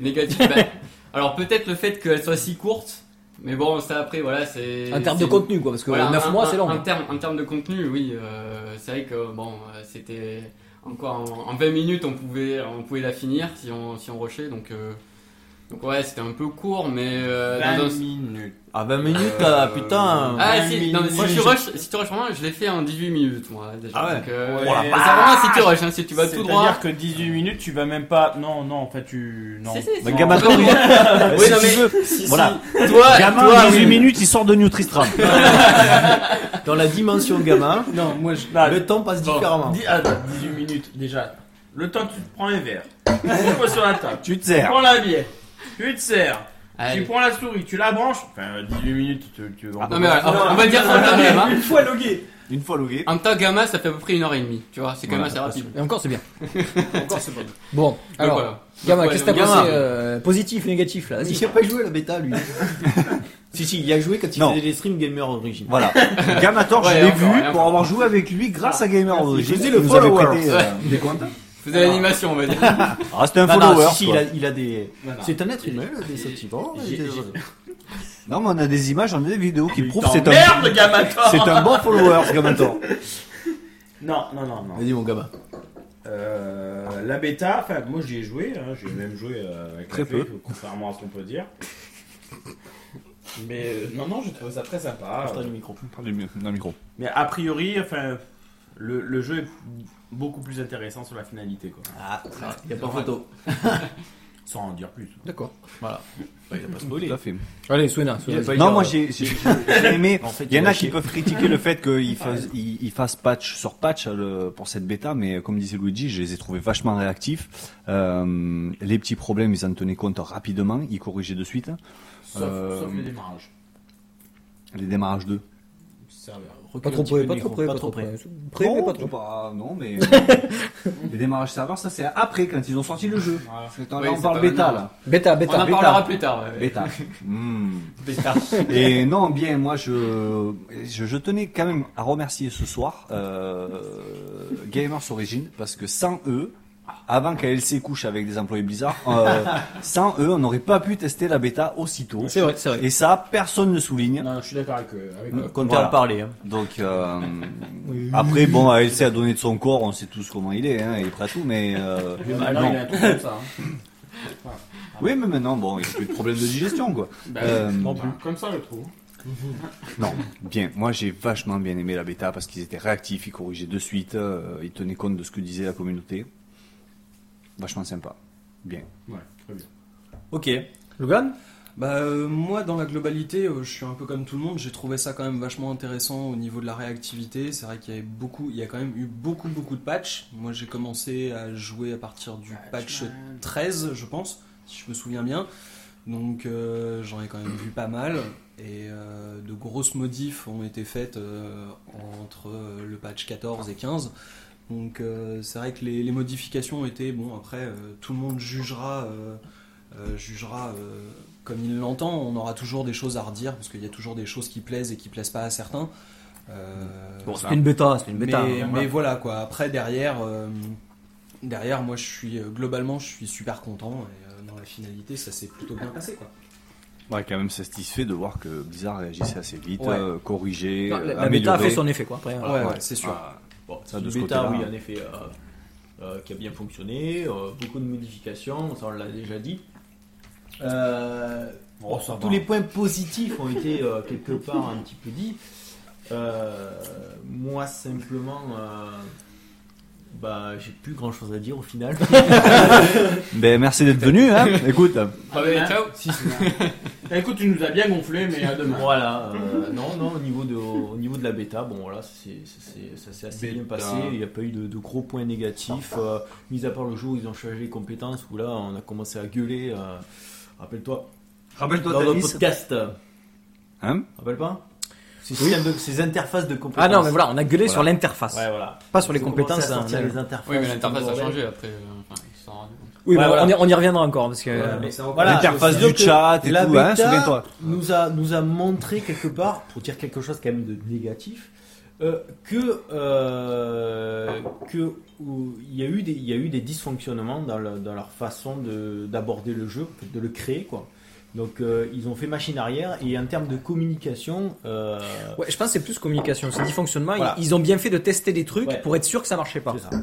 Speaker 6: Négatif. bah, alors peut-être le fait qu'elle soit si courte, mais bon, ça après, voilà, c'est.
Speaker 3: En termes
Speaker 6: c'est-
Speaker 3: de contenu, quoi, parce que
Speaker 6: Voilà,
Speaker 3: 9
Speaker 6: un-
Speaker 3: mois,
Speaker 6: un-
Speaker 3: c'est long.
Speaker 6: En termes en termes de contenu, oui. euh, c'est vrai que bon, euh, c'était encore en, en 20 minutes, on pouvait, on pouvait la finir si on, si on rushait. Donc, euh, donc ouais, c'était un peu court, mais. euh, dans un-
Speaker 5: minutes.
Speaker 8: Ah, 20 minutes, là, putain.
Speaker 6: Ah,
Speaker 8: 20
Speaker 6: si, non, mais si,
Speaker 8: minutes.
Speaker 6: tu rushes, si tu rushes vraiment, je l'ai fait en 18 minutes, moi, déjà.
Speaker 8: Ah ouais.
Speaker 6: Donc, euh,
Speaker 5: Oh la
Speaker 6: c'est
Speaker 5: vache.
Speaker 6: vraiment si tu rushes, hein, si tu vas tout droit.
Speaker 5: C'est-à-dire que 18 minutes, tu vas même pas. Non, non, en fait, tu. Non.
Speaker 6: Si, si,
Speaker 4: Mais
Speaker 6: si.
Speaker 4: gamin,
Speaker 6: Oui,
Speaker 4: Si
Speaker 6: non,
Speaker 4: tu
Speaker 6: mais
Speaker 4: veux. Voilà.
Speaker 6: toi, toi,
Speaker 4: Gamin, 18
Speaker 6: oui.
Speaker 4: minutes, il sort de New Tristram.
Speaker 8: Dans la dimension gamin,
Speaker 14: Non, moi je.
Speaker 8: le temps passe
Speaker 5: Bon,
Speaker 8: différemment.
Speaker 5: dix- attends, 18 minutes déjà. Le temps que tu te prends un verre, tu poses sur la table,
Speaker 4: Tu te
Speaker 5: tu
Speaker 4: sers.
Speaker 5: prends la bière, tu te sers,
Speaker 6: Allez.
Speaker 5: tu prends la souris, tu la branches. Enfin, 18 minutes, tu,
Speaker 4: Ah.
Speaker 5: tu vas
Speaker 6: Non, mais voilà, on- on va dire qu'en tant que gamin,
Speaker 14: Une fois logué.
Speaker 4: Une fois logué.
Speaker 6: hein. en tant que gamin, ça fait à peu près une heure et demie. Tu vois, c'est quand même assez rapide.
Speaker 3: Et encore, c'est bien. encore, c'est bon. Bon,
Speaker 6: Donc,
Speaker 3: alors,
Speaker 6: voilà.
Speaker 3: Gamma,
Speaker 6: Ouais,
Speaker 3: qu'est-ce que t'as
Speaker 6: Gamma.
Speaker 3: pensé euh, Positif, négatif, là
Speaker 8: Il
Speaker 3: Vas-y.
Speaker 8: n'a pas joué à la bêta, lui. si, si, il a joué quand il
Speaker 4: Non.
Speaker 8: faisait des streams Gamer Origin.
Speaker 4: Voilà. Gamator, je
Speaker 6: Ouais,
Speaker 4: l'ai
Speaker 6: encore,
Speaker 4: vu
Speaker 6: rien.
Speaker 4: pour avoir joué avec lui grâce à Gamer Origin.
Speaker 8: faisait
Speaker 4: qui
Speaker 8: le
Speaker 4: nous avait
Speaker 8: follower.
Speaker 4: prêté, euh,
Speaker 6: Faisais l'animation, on va dire.
Speaker 4: Ah, c'était un
Speaker 8: Non, non,
Speaker 4: follower.
Speaker 8: si, si,
Speaker 4: quoi.
Speaker 8: il, a, il a des.
Speaker 5: non.
Speaker 8: C'est un être humain, il a des sentiments. et des-
Speaker 4: Non, mais on a des images, on a des vidéos qui prouvent que c'est un,
Speaker 5: Merde, Gamator
Speaker 4: c'est un bon follower, ce Gamator.
Speaker 5: Non, non, non, non.
Speaker 8: Vas-y, mon gamin.
Speaker 5: Euh, la bêta, enfin, moi j'y ai joué, hein, j'ai même joué euh, avec
Speaker 4: Très
Speaker 5: la fée, contrairement à ce qu'on peut dire. Mais euh, non, non, je trouve ça très sympa.
Speaker 8: Attends du micro.
Speaker 4: D'un micro.
Speaker 5: Mais a priori, enfin, le, le jeu est beaucoup plus intéressant sur la finalité, quoi.
Speaker 8: Ah, il n'y a pas photo.
Speaker 5: Sans en dire plus.
Speaker 3: D'accord.
Speaker 8: Il a pas spoilé.
Speaker 4: Tout à fait.
Speaker 3: Allez, Swena. Swena.
Speaker 4: Non, moi j'ai j'ai- j'ai aimé.
Speaker 8: En fait,
Speaker 4: Il y en
Speaker 8: il
Speaker 4: a
Speaker 8: a
Speaker 4: qui
Speaker 8: chier.
Speaker 4: peuvent critiquer le fait qu'ils fassent, ils, ils fassent patch sur patch euh, pour cette bêta, mais comme disait Luigi, je les ai trouvés vachement réactifs. Euh, les petits problèmes, ils en tenaient compte rapidement, ils corrigeaient de suite.
Speaker 5: Sauf,
Speaker 4: Euh,
Speaker 5: sauf le démarrage.
Speaker 4: Les démarrages 2.
Speaker 5: Serveur.
Speaker 3: Pas trop près, pas trop près, pas trop près. Près, mais
Speaker 4: non,
Speaker 3: pas trop.
Speaker 4: bah, non, mais les démarrages serveurs, ça c'est après quand ils ont sorti le jeu. C'est- là,
Speaker 6: Oui,
Speaker 4: on
Speaker 6: c'est
Speaker 4: parle
Speaker 6: pas
Speaker 4: bêta
Speaker 6: maintenant.
Speaker 4: là.
Speaker 3: Bêta,
Speaker 6: On en
Speaker 3: bêta.
Speaker 6: parlera plus tard. ouais.
Speaker 4: Bêta. Hmm.
Speaker 6: Bêta.
Speaker 4: Et non, bien, moi, je, je, je tenais quand même à remercier ce soir euh, Gamers Origin, parce que sans eux, avant qu'ALC couche avec des employés Blizzard, euh, sans eux, on n'aurait pas pu tester la bêta aussitôt.
Speaker 3: C'est vrai, c'est vrai.
Speaker 4: Et ça, personne ne souligne.
Speaker 5: Non, je suis d'accord avec, euh, avec
Speaker 4: Voilà.
Speaker 8: Quand t'as à parler. Hein.
Speaker 4: Donc, euh, après, bon, ALC a donné de son corps, on sait tous comment il est, hein, il est prêt à tout, mais... euh,
Speaker 5: Maintenant,
Speaker 4: non.
Speaker 5: il a un truc comme ça. hein.
Speaker 4: Oui, mais maintenant, bon, il n'y a plus de problème de digestion, quoi.
Speaker 5: Ben,
Speaker 4: Euh,
Speaker 5: Comme ça, je trouve.
Speaker 4: Non, bien. Moi, j'ai vachement bien aimé la bêta parce qu'ils étaient réactifs, ils corrigeaient de suite, euh, ils tenaient compte de ce que disait la communauté. Vachement sympa. Bien.
Speaker 5: Ouais, très bien.
Speaker 8: Ok.
Speaker 3: Logan
Speaker 13: Bah euh, moi dans la globalité, euh, je suis un peu comme tout le monde, j'ai trouvé ça quand même vachement intéressant au niveau de la réactivité, c'est vrai qu'il y avait beaucoup, il y a quand même eu beaucoup beaucoup de patchs. Moi j'ai commencé à jouer à partir du patch 13, je pense, si je me souviens bien. Donc euh, j'en ai quand même vu pas mal et euh, de grosses modifs ont été faites euh, entre euh, le patch 14 et 15. Donc euh, c'est vrai que les, les modifications ont été bon après euh, tout le monde jugera euh, euh, jugera euh, comme il l'entend. On aura toujours des choses à redire parce qu'il y a toujours des choses qui plaisent et qui plaisent pas à certains. Euh,
Speaker 3: Bon, c'est une bêta, c'est une
Speaker 13: mais,
Speaker 3: bêta.
Speaker 13: mais
Speaker 3: hein, voilà.
Speaker 13: voilà quoi. Après derrière, euh, derrière moi je suis euh, globalement je suis super content et euh, dans la finalité ça s'est plutôt bien passé quoi.
Speaker 4: Ouais, quand même satisfait de voir que Blizzard réagissait assez vite,
Speaker 13: Ouais.
Speaker 4: euh, corrigeait,
Speaker 3: Non, la- La
Speaker 4: euh,
Speaker 3: bêta a
Speaker 4: améliorait.
Speaker 3: fait son effet, quoi. Après, euh,
Speaker 13: ouais, ouais, c'est sûr.
Speaker 8: Bon,
Speaker 4: Ça,
Speaker 8: c'est
Speaker 4: de
Speaker 8: une
Speaker 4: ce
Speaker 8: bêta,
Speaker 4: côté-là.
Speaker 8: oui, en effet, euh, euh, qui a bien fonctionné, euh, beaucoup de modifications, ça on l'a déjà dit. Euh,
Speaker 5: Oh, ça
Speaker 8: tous
Speaker 5: va.
Speaker 8: les points positifs ont été euh, quelque part un petit peu dits. Euh, moi, simplement, euh, bah, j'ai plus grand chose à dire au final.
Speaker 4: Ben, merci d'être venu, hein. Écoute,
Speaker 6: Ah, mais ciao.
Speaker 5: Si, si. Bah, écoute, tu nous as bien gonflé, mais à demain.
Speaker 8: voilà, euh, non, non, au niveau de, au niveau de la bêta, bon voilà, c'est- c'est- ça s'est assez bien passé, il n'y a pas eu de, de gros points négatifs, euh, mis à part le jour où ils ont changé les compétences, où là on a commencé à gueuler, euh, rappelle-toi,
Speaker 4: rappelle-toi
Speaker 8: dans le podcast, euh,
Speaker 4: Hein?
Speaker 8: rappelle pas ces, systèmes de- ces interfaces de compétences.
Speaker 3: Ah non, mais voilà, on a gueulé sur l'interface.
Speaker 8: Ouais, voilà.
Speaker 3: Pas sur les
Speaker 8: Ils ont commencé à
Speaker 3: compétences. hein,
Speaker 8: sortir
Speaker 3: on a-
Speaker 8: les interfaces.
Speaker 6: Oui, mais l'interface a
Speaker 8: bordel.
Speaker 6: changé après. euh, Enfin, ils se sont rendus compte.
Speaker 3: Oui,
Speaker 8: Ouais,
Speaker 3: mais
Speaker 8: voilà.
Speaker 3: on y- on y reviendra encore parce que.
Speaker 8: Voilà,
Speaker 3: euh,
Speaker 8: mais
Speaker 3: voilà,
Speaker 4: L'interface
Speaker 8: je veux
Speaker 4: du
Speaker 8: dire
Speaker 4: chat
Speaker 8: que
Speaker 4: et
Speaker 8: la
Speaker 4: tout, hein,
Speaker 8: bêta
Speaker 4: souviens-toi.
Speaker 8: Nous a, nous a montré quelque part, pour dire quelque chose quand même de négatif, euh, que euh, que où il y a eu des il y a eu des dysfonctionnements dans, le- dans leur façon de d'aborder le jeu, en fait, de le créer quoi. Donc euh, ils ont fait machine arrière et en termes de communication, euh,
Speaker 3: Ouais, je pense que c'est plus communication, c'est dysfonctionnement.
Speaker 8: Voilà.
Speaker 3: Ils, ils ont bien fait de tester des trucs
Speaker 8: Ouais.
Speaker 3: pour être sûr que ça marchait pas.
Speaker 8: c'est ça.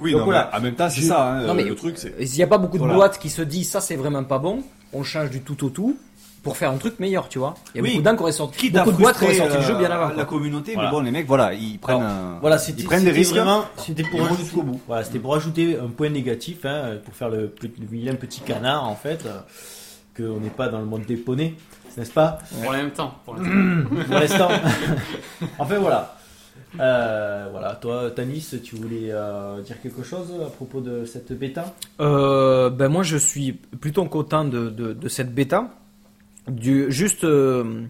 Speaker 4: Oui,
Speaker 8: Donc
Speaker 4: non,
Speaker 8: voilà.
Speaker 4: mais en même temps, c'est
Speaker 8: Je-
Speaker 4: ça. hein,
Speaker 3: Non, mais-
Speaker 4: Le truc, c'est.
Speaker 3: Il n'y a pas beaucoup de
Speaker 8: Voilà.
Speaker 3: boîtes qui se disent ça c'est vraiment pas bon, on change du tout au tout pour faire un truc meilleur, tu vois. Il y a
Speaker 4: Oui.
Speaker 3: beaucoup d'un qui auraient sorti,
Speaker 4: Quitte à
Speaker 3: beaucoup de boîtes qui auraient
Speaker 4: frustrer,
Speaker 3: sorti le jeu bien
Speaker 4: euh,
Speaker 3: avant.
Speaker 4: La
Speaker 3: quoi.
Speaker 4: communauté,
Speaker 8: Voilà.
Speaker 4: mais bon, les mecs, voilà, ils prennent. euh, un-
Speaker 8: Voilà, c'était
Speaker 4: Ils prennent des
Speaker 8: c'était
Speaker 4: risques. hein.
Speaker 8: vraiment- C'était pour
Speaker 4: Ils vont
Speaker 8: ajouter-
Speaker 4: jusqu'au bout.
Speaker 8: Voilà, c'était pour ajouter un point négatif, hein, pour faire le, plus- le vilain petit canard en fait, euh, qu'on n'est pas dans le monde des poneys, n'est-ce pas
Speaker 6: Pour le même temps. Pour le même temps.
Speaker 8: Pour l'instant. enfin voilà. Euh, voilà, toi, Tanis, tu voulais euh, dire quelque chose à propos de cette bêta
Speaker 3: Euh, ben moi je suis plutôt content de, de, de cette bêta. Du, juste euh,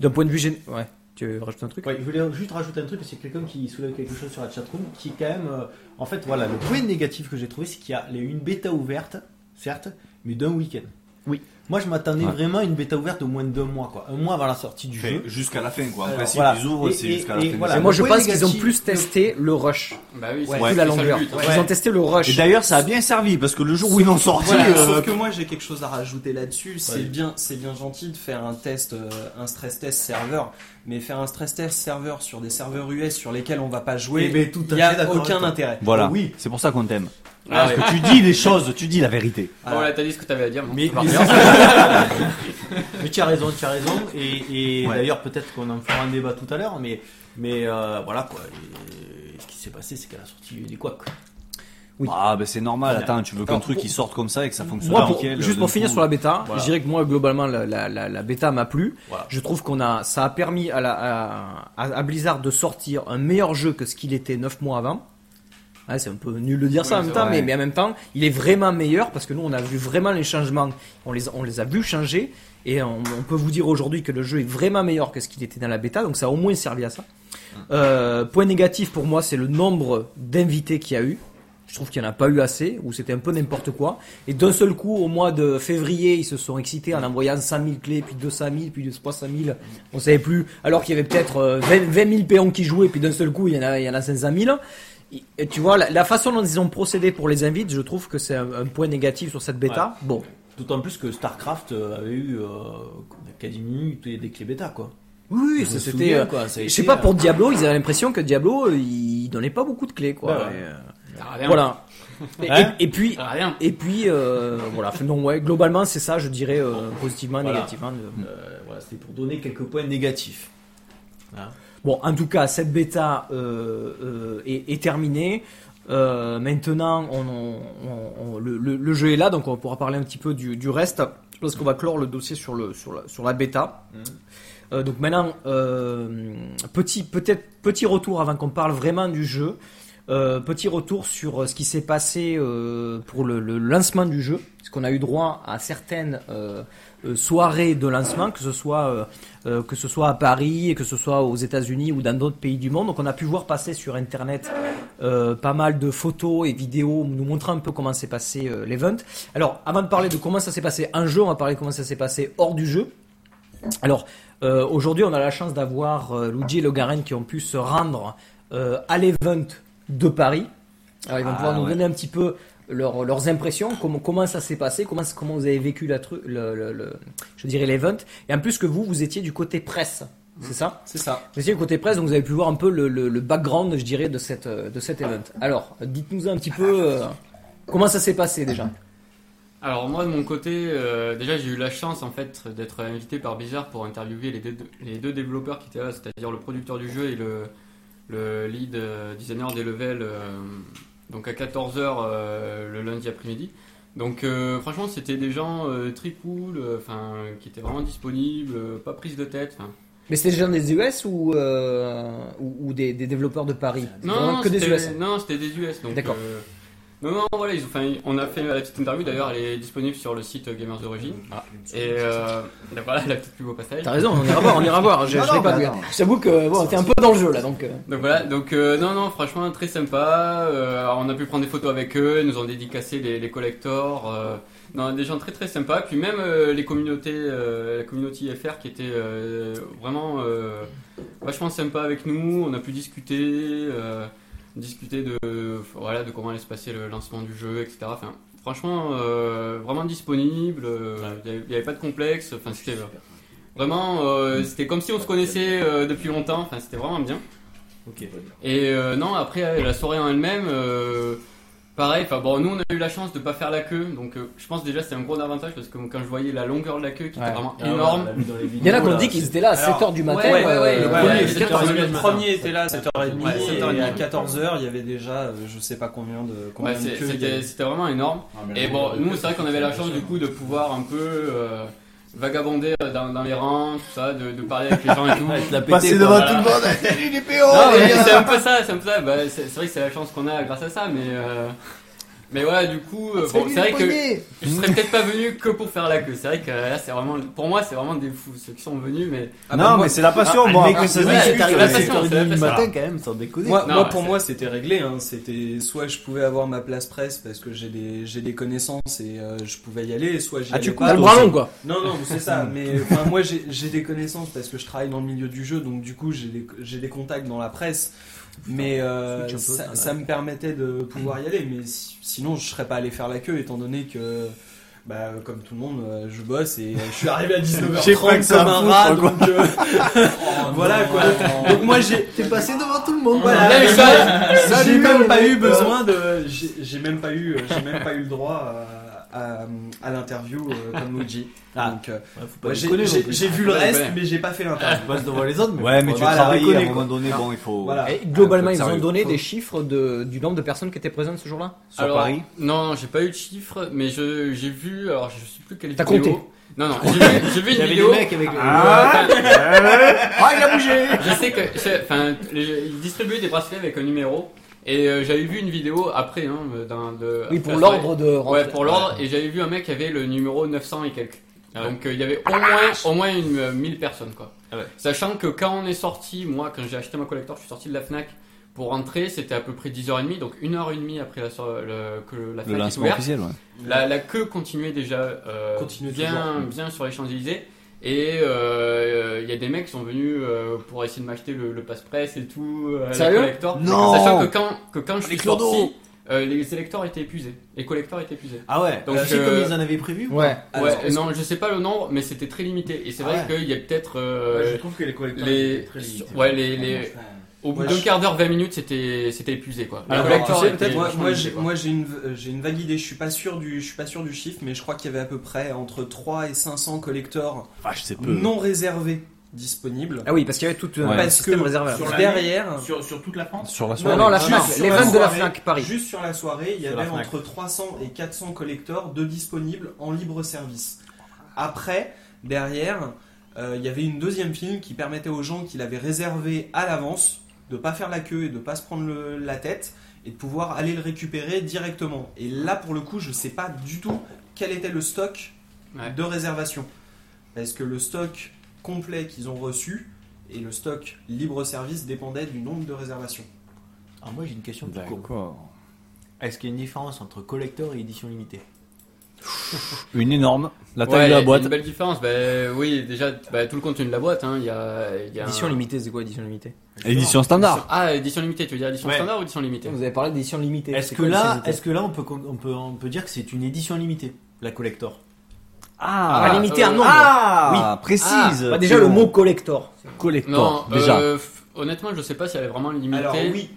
Speaker 3: d'un point de vue gén- Ouais, tu veux rajouter un truc
Speaker 8: Ouais, je voulais juste rajouter un truc, parce que quelqu'un qui soulève quelque chose sur la chatroom, qui est quand même... euh, en fait, voilà, le point négatif que j'ai trouvé, c'est qu'il y a il y a eu une bêta ouverte, certes, mais d'un week-end.
Speaker 3: Oui.
Speaker 8: Moi, je m'attendais
Speaker 4: Ouais.
Speaker 8: vraiment à une bêta ouverte au moins de deux mois, quoi. Un mois avant la sortie du
Speaker 4: Fait
Speaker 3: Mhm.
Speaker 8: jeu.
Speaker 4: Jusqu'à la fin, quoi. En
Speaker 8: Alors,
Speaker 4: principe,
Speaker 8: voilà.
Speaker 4: ils ouvrent,
Speaker 8: Et-
Speaker 4: c'est
Speaker 8: et-
Speaker 4: jusqu'à la
Speaker 8: et
Speaker 4: fin.
Speaker 8: voilà.
Speaker 3: Mais
Speaker 4: du
Speaker 3: moi
Speaker 8: le
Speaker 3: je
Speaker 8: point
Speaker 3: pense qu'ils ont
Speaker 8: négatif-
Speaker 3: plus testé le rush,
Speaker 6: Bah oui, c'est
Speaker 3: ouais,
Speaker 6: c'est
Speaker 3: la
Speaker 6: ça le
Speaker 3: longueur.
Speaker 6: but, hein.
Speaker 3: Ils ont testé le rush.
Speaker 4: jeu. Et d'ailleurs, ça a bien servi, parce que le jour où ils l'ont sorti,
Speaker 13: Voilà,
Speaker 4: euh,
Speaker 13: sauf que moi j'ai quelque chose à rajouter là-dessus. C'est
Speaker 8: Ouais.
Speaker 13: bien, c'est bien gentil de faire un test, euh, un stress test serveur, mais faire un stress test serveur sur des serveurs US sur lesquels on va pas jouer,
Speaker 8: Eh ben, tout à
Speaker 13: il y a
Speaker 8: fait d'accord avec
Speaker 13: aucun
Speaker 8: toi.
Speaker 13: intérêt.
Speaker 4: Voilà.
Speaker 8: Oui.
Speaker 4: C'est pour ça qu'on t'aime.
Speaker 6: Ah ouais.
Speaker 4: Parce que tu dis les choses, tu dis la vérité.
Speaker 6: Bon, là, t'as dit ce que t'avais à dire. hein. bon,
Speaker 8: Mais-
Speaker 6: c'est parti.
Speaker 8: mais- Mais tu as raison, tu as raison. Et, et
Speaker 4: Ouais.
Speaker 8: d'ailleurs, peut-être qu'on en fera un débat tout à l'heure, mais, mais euh, voilà quoi. Et ce qui s'est passé, c'est qu'à la sortie, il y a eu des couacs.
Speaker 3: Oui.
Speaker 4: Ah, ben c'est normal. Attends, tu veux qu'un
Speaker 3: Alors,
Speaker 4: truc
Speaker 3: pour-
Speaker 4: qui sorte comme ça et que ça fonctionne
Speaker 3: Moi, pour-
Speaker 4: nickel.
Speaker 3: juste
Speaker 4: euh,
Speaker 3: pour
Speaker 4: d'un
Speaker 3: finir
Speaker 4: coup.
Speaker 3: sur la bêta,
Speaker 8: Voilà.
Speaker 3: je dirais que moi globalement la, la, la, la bêta m'a plu.
Speaker 8: Voilà.
Speaker 3: Je trouve qu'on a, ça a permis à, la, à, à Blizzard de sortir un meilleur jeu que ce qu'il était 9 mois avant. Ouais, c'est un peu nul de dire ça en
Speaker 6: Ouais,
Speaker 3: même
Speaker 6: c'est
Speaker 3: temps,
Speaker 4: vrai.
Speaker 3: mais, mais en même temps, il est vraiment meilleur parce que nous on a vu vraiment les changements, on les, on les a vus changer et on, on peut vous dire aujourd'hui que le jeu est vraiment meilleur que ce qu'il était dans la bêta, donc ça a au moins servi à ça. Euh, point négatif pour moi, c'est le nombre d'invités qu'il y a eu. Je trouve qu'il n'y en a pas eu assez, ou c'était un peu n'importe quoi. Et d'un seul coup, au mois de février, ils se sont excités en envoyant 100 000 clés, puis 200 000, puis 300 000, on savait plus. Alors qu'il y avait peut-être euh, 20, 20 000 péons qui jouaient, puis d'un seul coup, il y en a, il y en a 500 000. Et tu vois, la, la façon dont ils ont procédé pour les invites, je trouve que c'est un, un point négatif sur cette bêta. Bon,
Speaker 8: D'autant plus que StarCraft euh, avait eu euh, quasi minutes et des clés bêta quoi.
Speaker 3: oui, oui,
Speaker 8: Je me
Speaker 3: c'était...
Speaker 8: souviens,
Speaker 3: euh,
Speaker 8: quoi, ça
Speaker 3: Je
Speaker 8: a été,
Speaker 3: sais pas,
Speaker 8: euh,
Speaker 3: pour Diablo, ils avaient l'impression que Diablo, euh, il donnait pas beaucoup de clés, quoi.
Speaker 8: Bah ouais.
Speaker 3: Et, euh,
Speaker 6: Ah, rien.
Speaker 3: Voilà. Et, et-
Speaker 8: Hein
Speaker 3: et puis,
Speaker 6: Ah, rien.
Speaker 3: et puis, euh, voilà. Enfin, Non, ouais. Globalement, c'est ça, je dirais euh, positivement,
Speaker 8: Voilà.
Speaker 3: négativement. de-
Speaker 8: euh, voilà, c'était pour donner quelques points négatifs.
Speaker 3: Bon, en tout cas, cette bêta euh, euh, est, est terminée. Euh, maintenant, on, on- on- le, le- le jeu est là, donc on pourra parler un petit peu du, du reste. Je pense qu'on va clore le dossier sur, le, sur, la, sur la bêta.
Speaker 8: Mm.
Speaker 3: Euh, donc maintenant, euh, petit, peut-être petit retour avant qu'on parle vraiment du jeu. Euh, petit retour sur euh, ce qui s'est passé euh, pour le, le lancement du jeu, parce qu'on a eu droit à certaines euh, euh, soirées de lancement, que ce soit euh, euh, que ce soit à Paris, et que ce soit aux États-Unis ou dans d'autres pays du monde. Donc on a pu voir passer sur Internet euh, pas mal de photos et vidéos nous montrant un peu comment s'est passé euh, l'event. Alors avant de parler de comment ça s'est passé en jeu, on va parler de comment ça s'est passé hors du jeu. Alors euh, aujourd'hui on a la chance d'avoir euh, Luigi et Logaren qui ont pu se rendre euh, à l'event de Paris. Alors ils vont
Speaker 4: Ah,
Speaker 3: pouvoir nous
Speaker 4: ouais.
Speaker 3: donner un petit peu leur- leurs impressions, comment, comment ça s'est passé, comment, comment vous avez vécu la tru- le- le- le, je dirais l'event. Et en plus que vous, vous étiez du côté presse, c'est ça
Speaker 13: C'est ça.
Speaker 3: Vous étiez du côté presse, donc vous avez pu voir un peu le, le- le background, je dirais, de, cette, euh, de cet event. Alors, dites-nous un petit peu euh, comment ça s'est passé déjà.
Speaker 6: Alors moi de mon côté, euh, déjà j'ai eu la chance en fait d'être invité par Blizzard pour interviewer les deux, les deux développeurs qui étaient là, c'est-à-dire le producteur du jeu et le, le lead euh, designer des levels, euh, donc à 14h le lundi après-midi. Donc euh, franchement c'était des gens euh, très cool, euh, enfin qui étaient vraiment disponibles, euh, pas prise de tête. enfin.
Speaker 3: Mais c'était des gens des US ou, euh, ou, ou des, des développeurs de Paris Vraiment
Speaker 6: Non, non,
Speaker 3: que des
Speaker 6: c'était-
Speaker 3: US.
Speaker 6: Non, c'était des US. donc,
Speaker 3: D'accord.
Speaker 6: euh, non, non, voilà, ils ont, enfin, on a fait la petite interview, d'ailleurs, elle est disponible sur le site Gamers Origin. Et euh, voilà, la petite pub au passage.
Speaker 3: Ah. T'as raison, on ira voir, Ah on ira voir. Je,
Speaker 4: Non,
Speaker 3: je l'ai
Speaker 4: non,
Speaker 3: pas
Speaker 4: bah
Speaker 3: vu.
Speaker 4: non.
Speaker 3: J'avoue que bon, t'es un peu dans le jeu là, donc. euh,
Speaker 6: Donc voilà, donc euh, non, non, franchement, très sympa. Euh, alors, on a pu prendre des photos avec eux, ils nous ont dédicacé les, les collectors. euh, Non, des gens très très sympas. Puis même euh, les communautés, euh, la communauté IFR qui était euh, vraiment euh, vachement sympa avec nous. On a pu discuter, euh, discuter de voilà de comment allait se passer le lancement du jeu, etc. Enfin, franchement, euh, vraiment disponible. euh, Il n'y avait pas de complexe. Enfin, c'était vraiment, euh, c'était comme si on se connaissait euh, depuis longtemps. Enfin, c'était vraiment bien.
Speaker 5: Ok.
Speaker 6: Et euh, non, après euh, la soirée en elle-même, euh, pareil. Enfin bon, nous on a eu la chance de pas faire la queue, donc euh, je pense déjà c'est un gros avantage parce que quand je voyais la longueur de la queue qui
Speaker 3: Ouais.
Speaker 6: était vraiment
Speaker 8: Ah ouais,
Speaker 6: énorme.
Speaker 8: on l'a vu dans les
Speaker 3: Il y en a qui ont
Speaker 8: vidéos,
Speaker 3: dit
Speaker 8: là,
Speaker 3: qu'ils
Speaker 8: c'est-
Speaker 3: étaient là à
Speaker 12: Alors,
Speaker 3: 7h du matin.
Speaker 6: ouais, ouais, ouais,
Speaker 3: euh,
Speaker 6: le
Speaker 3: ouais.
Speaker 6: premier-
Speaker 8: 14
Speaker 13: Le
Speaker 8: heures du
Speaker 13: premier était là à 7h30
Speaker 6: Ouais, 7h30.
Speaker 13: et à 14h il y avait déjà euh, je sais pas combien de combien
Speaker 6: Ouais,
Speaker 13: de
Speaker 6: c'est-
Speaker 13: queues il y
Speaker 6: c'était
Speaker 13: avait.
Speaker 6: c'était vraiment énorme. Et bon, nous c'est vrai qu'on avait la chance du coup de pouvoir un peu euh, vagabonder euh, dans, dans les rangs, tout ça, de, de parler avec les gens et tout.
Speaker 4: Passer
Speaker 6: devant tout le
Speaker 4: monde,
Speaker 6: Non, mais c'est un peu ça, c'est un peu ça. Bah, c'est c'est vrai que c'est la chance qu'on a grâce à ça, mais euh, mais ouais, du coup, euh, bon, c'est vrai que
Speaker 3: Ah,
Speaker 6: je serais peut-être pas venu que pour faire la queue. C'est vrai que euh, là, c'est vraiment, pour moi, c'est vraiment des fous ceux qui sont venus, mais
Speaker 13: Ah, bah,
Speaker 4: Non,
Speaker 13: moi-
Speaker 4: mais c'est la passion, moi. Après, ça se
Speaker 6: ouais,
Speaker 4: discute.
Speaker 6: t'es arrivé
Speaker 4: mais-
Speaker 6: à la station, c'est la station.
Speaker 5: quand même, sans déconner.
Speaker 13: Moi,
Speaker 6: Non,
Speaker 13: moi,
Speaker 6: ouais,
Speaker 13: pour
Speaker 6: c'est-
Speaker 13: moi, c'était réglé. Hein. C'était soit je pouvais avoir ma place presse parce que j'ai des j'ai des connaissances et euh, je pouvais y aller, soit j'y
Speaker 4: Ah,
Speaker 13: allais
Speaker 4: tu
Speaker 13: pas.
Speaker 3: T'as le bras long, quoi.
Speaker 13: Non, non, mais c'est ça. Mais enfin, moi, j'ai j'ai des connaissances parce que je travaille dans le milieu du jeu, donc du coup, j'ai des, j'ai des contacts dans la presse. Mais euh,
Speaker 3: switch un peu,
Speaker 13: ça,
Speaker 3: voilà.
Speaker 13: ça me permettait de pouvoir y aller. Mais si- sinon, je serais pas allé faire la queue, étant donné que, bah, comme tout le monde, euh, je bosse et je suis arrivé à 19h30
Speaker 4: pas que
Speaker 13: comme
Speaker 4: ça à
Speaker 13: un
Speaker 4: foutre,
Speaker 13: rat.
Speaker 4: quoi.
Speaker 13: Donc, euh, voilà quoi. Donc moi, j'ai
Speaker 5: T'es passé devant tout le monde.
Speaker 13: voilà,
Speaker 6: mais
Speaker 13: j'ai-
Speaker 5: ça,
Speaker 13: j'ai
Speaker 5: lui,
Speaker 13: même
Speaker 5: le
Speaker 13: pas eu
Speaker 5: mec, euh.
Speaker 13: besoin de, j'ai j'ai même pas eu, euh, j'ai même pas eu le droit à, à, à l'interview euh, comme Luigi.
Speaker 8: Ah.
Speaker 13: Donc, euh,
Speaker 8: Ouais, faut pas
Speaker 13: ouais, Ah, j'ai-
Speaker 8: déconner, non
Speaker 13: j'ai
Speaker 8: plus.
Speaker 13: j'ai vu le
Speaker 6: Ouais,
Speaker 13: reste,
Speaker 6: ouais.
Speaker 13: mais j'ai pas fait l'interview.
Speaker 8: Tu passes devant les autres, mais
Speaker 4: Ouais, mais tu
Speaker 13: Voilà,
Speaker 4: travailles à un
Speaker 13: reconnaît,
Speaker 4: moment donné, bon, il faut.
Speaker 13: Voilà.
Speaker 3: Et globalement,
Speaker 4: Un peu
Speaker 3: ils ont
Speaker 4: sérieux.
Speaker 3: donné des chiffres de, du nombre de personnes qui étaient présentes ce jour-là
Speaker 4: Sur Paris.
Speaker 6: Non, non, j'ai pas eu de chiffres, mais je- j'ai vu, alors je sais plus quelle
Speaker 3: T'as
Speaker 6: vidéo.
Speaker 3: compté
Speaker 6: Non, non, j'ai vu, j'ai vu
Speaker 5: Il y
Speaker 6: une
Speaker 5: avait
Speaker 6: vidéo. Euh,
Speaker 5: des mecs avec.
Speaker 6: Ah,
Speaker 5: Ah, il a bougé
Speaker 6: je sais que, je- enfin, les- ils distribuaient des bracelets avec un numéro, et euh, j'avais vu une vidéo après, hein, d'un, de.
Speaker 3: Oui, pour
Speaker 6: après,
Speaker 3: l'ordre de rentrer.
Speaker 6: Ouais, pour l'ordre, et j'avais vu un mec qui avait le numéro 900 et quelques. Donc euh, il y avait au moins, au moins une, euh, 1000 personnes quoi.
Speaker 8: Ah ouais.
Speaker 6: Sachant que quand on est sorti, moi quand j'ai acheté ma collector, je suis sorti de la Fnac pour rentrer, c'était à peu près 10h30, donc 1h30 après la, so- le- que le- la
Speaker 4: Le
Speaker 6: Fnac est
Speaker 4: lancement
Speaker 6: ouverte.
Speaker 4: officiel, ouais.
Speaker 6: La, la queue continuait déjà euh,
Speaker 13: Continuait
Speaker 6: bien, bien sur les Champs-Élysées. Et euh, il y a des mecs qui sont venus euh, pour essayer de m'acheter le, le passe-presse et tout. euh, la
Speaker 3: Sérieux
Speaker 6: collector.
Speaker 4: Non
Speaker 6: Sachant que quand, que quand je suis
Speaker 4: clodos.
Speaker 6: sorti, euh, les électeurs étaient épuisés. Les collecteurs étaient épuisés.
Speaker 5: Ah ouais,
Speaker 6: Donc,
Speaker 5: donc c'est
Speaker 6: euh,
Speaker 5: comme ils en avaient prévu.
Speaker 3: Ouais.
Speaker 6: Ouais,
Speaker 13: Alors, euh, est-ce
Speaker 6: non, je sais pas le nombre, mais c'était très limité. Et c'est
Speaker 5: Ah
Speaker 6: vrai qu'il y a peut-être.
Speaker 12: Ouais,
Speaker 6: euh,
Speaker 12: je trouve que les collecteurs
Speaker 6: les...
Speaker 12: étaient très limités.
Speaker 6: Ouais, les, les... Au bout
Speaker 13: Ouais,
Speaker 6: d'un
Speaker 13: je-
Speaker 6: quart d'heure, 20 minutes, c'était c'était épuisé quoi. Le
Speaker 13: Alors,
Speaker 6: collector
Speaker 13: tu sais,
Speaker 6: était
Speaker 13: peut-être, moi,
Speaker 6: vachement
Speaker 13: moi,
Speaker 6: limité,
Speaker 13: j'ai,
Speaker 6: quoi.
Speaker 13: moi, j'ai une, euh, j'ai une validée. Je suis pas sûr du, je suis pas sûr du chiffre, mais je crois qu'il y avait à peu près entre 3 et 500 collecteurs
Speaker 4: Vache, c'est peu.
Speaker 13: non réservés disponibles.
Speaker 3: Ah oui, parce qu'il y avait tout un
Speaker 4: Ouais.
Speaker 13: Parce
Speaker 3: système
Speaker 13: que-
Speaker 3: réservé. à la
Speaker 12: sur
Speaker 3: Fnac.
Speaker 12: la
Speaker 13: Derrière,
Speaker 12: Sur, sur toute la France
Speaker 4: Sur la
Speaker 3: Non,
Speaker 4: soirée.
Speaker 3: non, la
Speaker 13: Juste
Speaker 3: Fnac,
Speaker 13: sur
Speaker 3: les
Speaker 13: la
Speaker 3: ventes de la
Speaker 13: soirée.
Speaker 3: Fnac Paris.
Speaker 13: Juste sur la soirée, il y
Speaker 8: Sur
Speaker 13: avait
Speaker 8: la Fnac.
Speaker 13: entre 300 et 400 collecteurs de disponibles en libre service. Après, derrière, euh, il y avait une deuxième file qui permettait aux gens qui l'avaient réservé à l'avance de pas faire la queue et de pas se prendre le- la tête et de pouvoir aller le récupérer directement. Et là, pour le coup, je sais pas du tout quel était le stock
Speaker 6: Ouais.
Speaker 13: de réservation. Parce que le stock complet qu'ils ont reçu et le stock libre service dépendait du nombre de réservations.
Speaker 8: Ah, moi j'ai une question tout court.
Speaker 4: D'accord.
Speaker 8: Est-ce qu'il y a une différence entre collector et édition limitée
Speaker 4: Une énorme. La taille de
Speaker 6: Ouais,
Speaker 4: la
Speaker 6: il y a
Speaker 4: boîte.
Speaker 6: Une belle différence. Ben oui, déjà, ben, tout le contenu de la boîte. Hein, il y a, il y a
Speaker 3: Édition
Speaker 6: un-
Speaker 3: limitée, c'est quoi édition limitée
Speaker 4: Édition standard.
Speaker 6: Ah, édition limitée, tu veux dire édition
Speaker 8: Ouais.
Speaker 6: standard ou édition limitée
Speaker 3: Vous avez parlé d'édition limitée.
Speaker 8: Est-ce
Speaker 3: C'est
Speaker 8: que
Speaker 3: quoi, édition
Speaker 8: là,
Speaker 3: limitée
Speaker 8: est-ce que là on peut on peut on peut dire que c'est une édition limitée la collector
Speaker 4: Ah,
Speaker 3: Ah, limité à un
Speaker 6: euh,
Speaker 3: nombre.
Speaker 4: Ah, précise.
Speaker 3: Bah, déjà, le mot collector.
Speaker 4: collector.
Speaker 6: Non,
Speaker 4: déjà.
Speaker 6: euh, f- honnêtement, je sais pas si elle est vraiment limitée.
Speaker 13: Alors oui,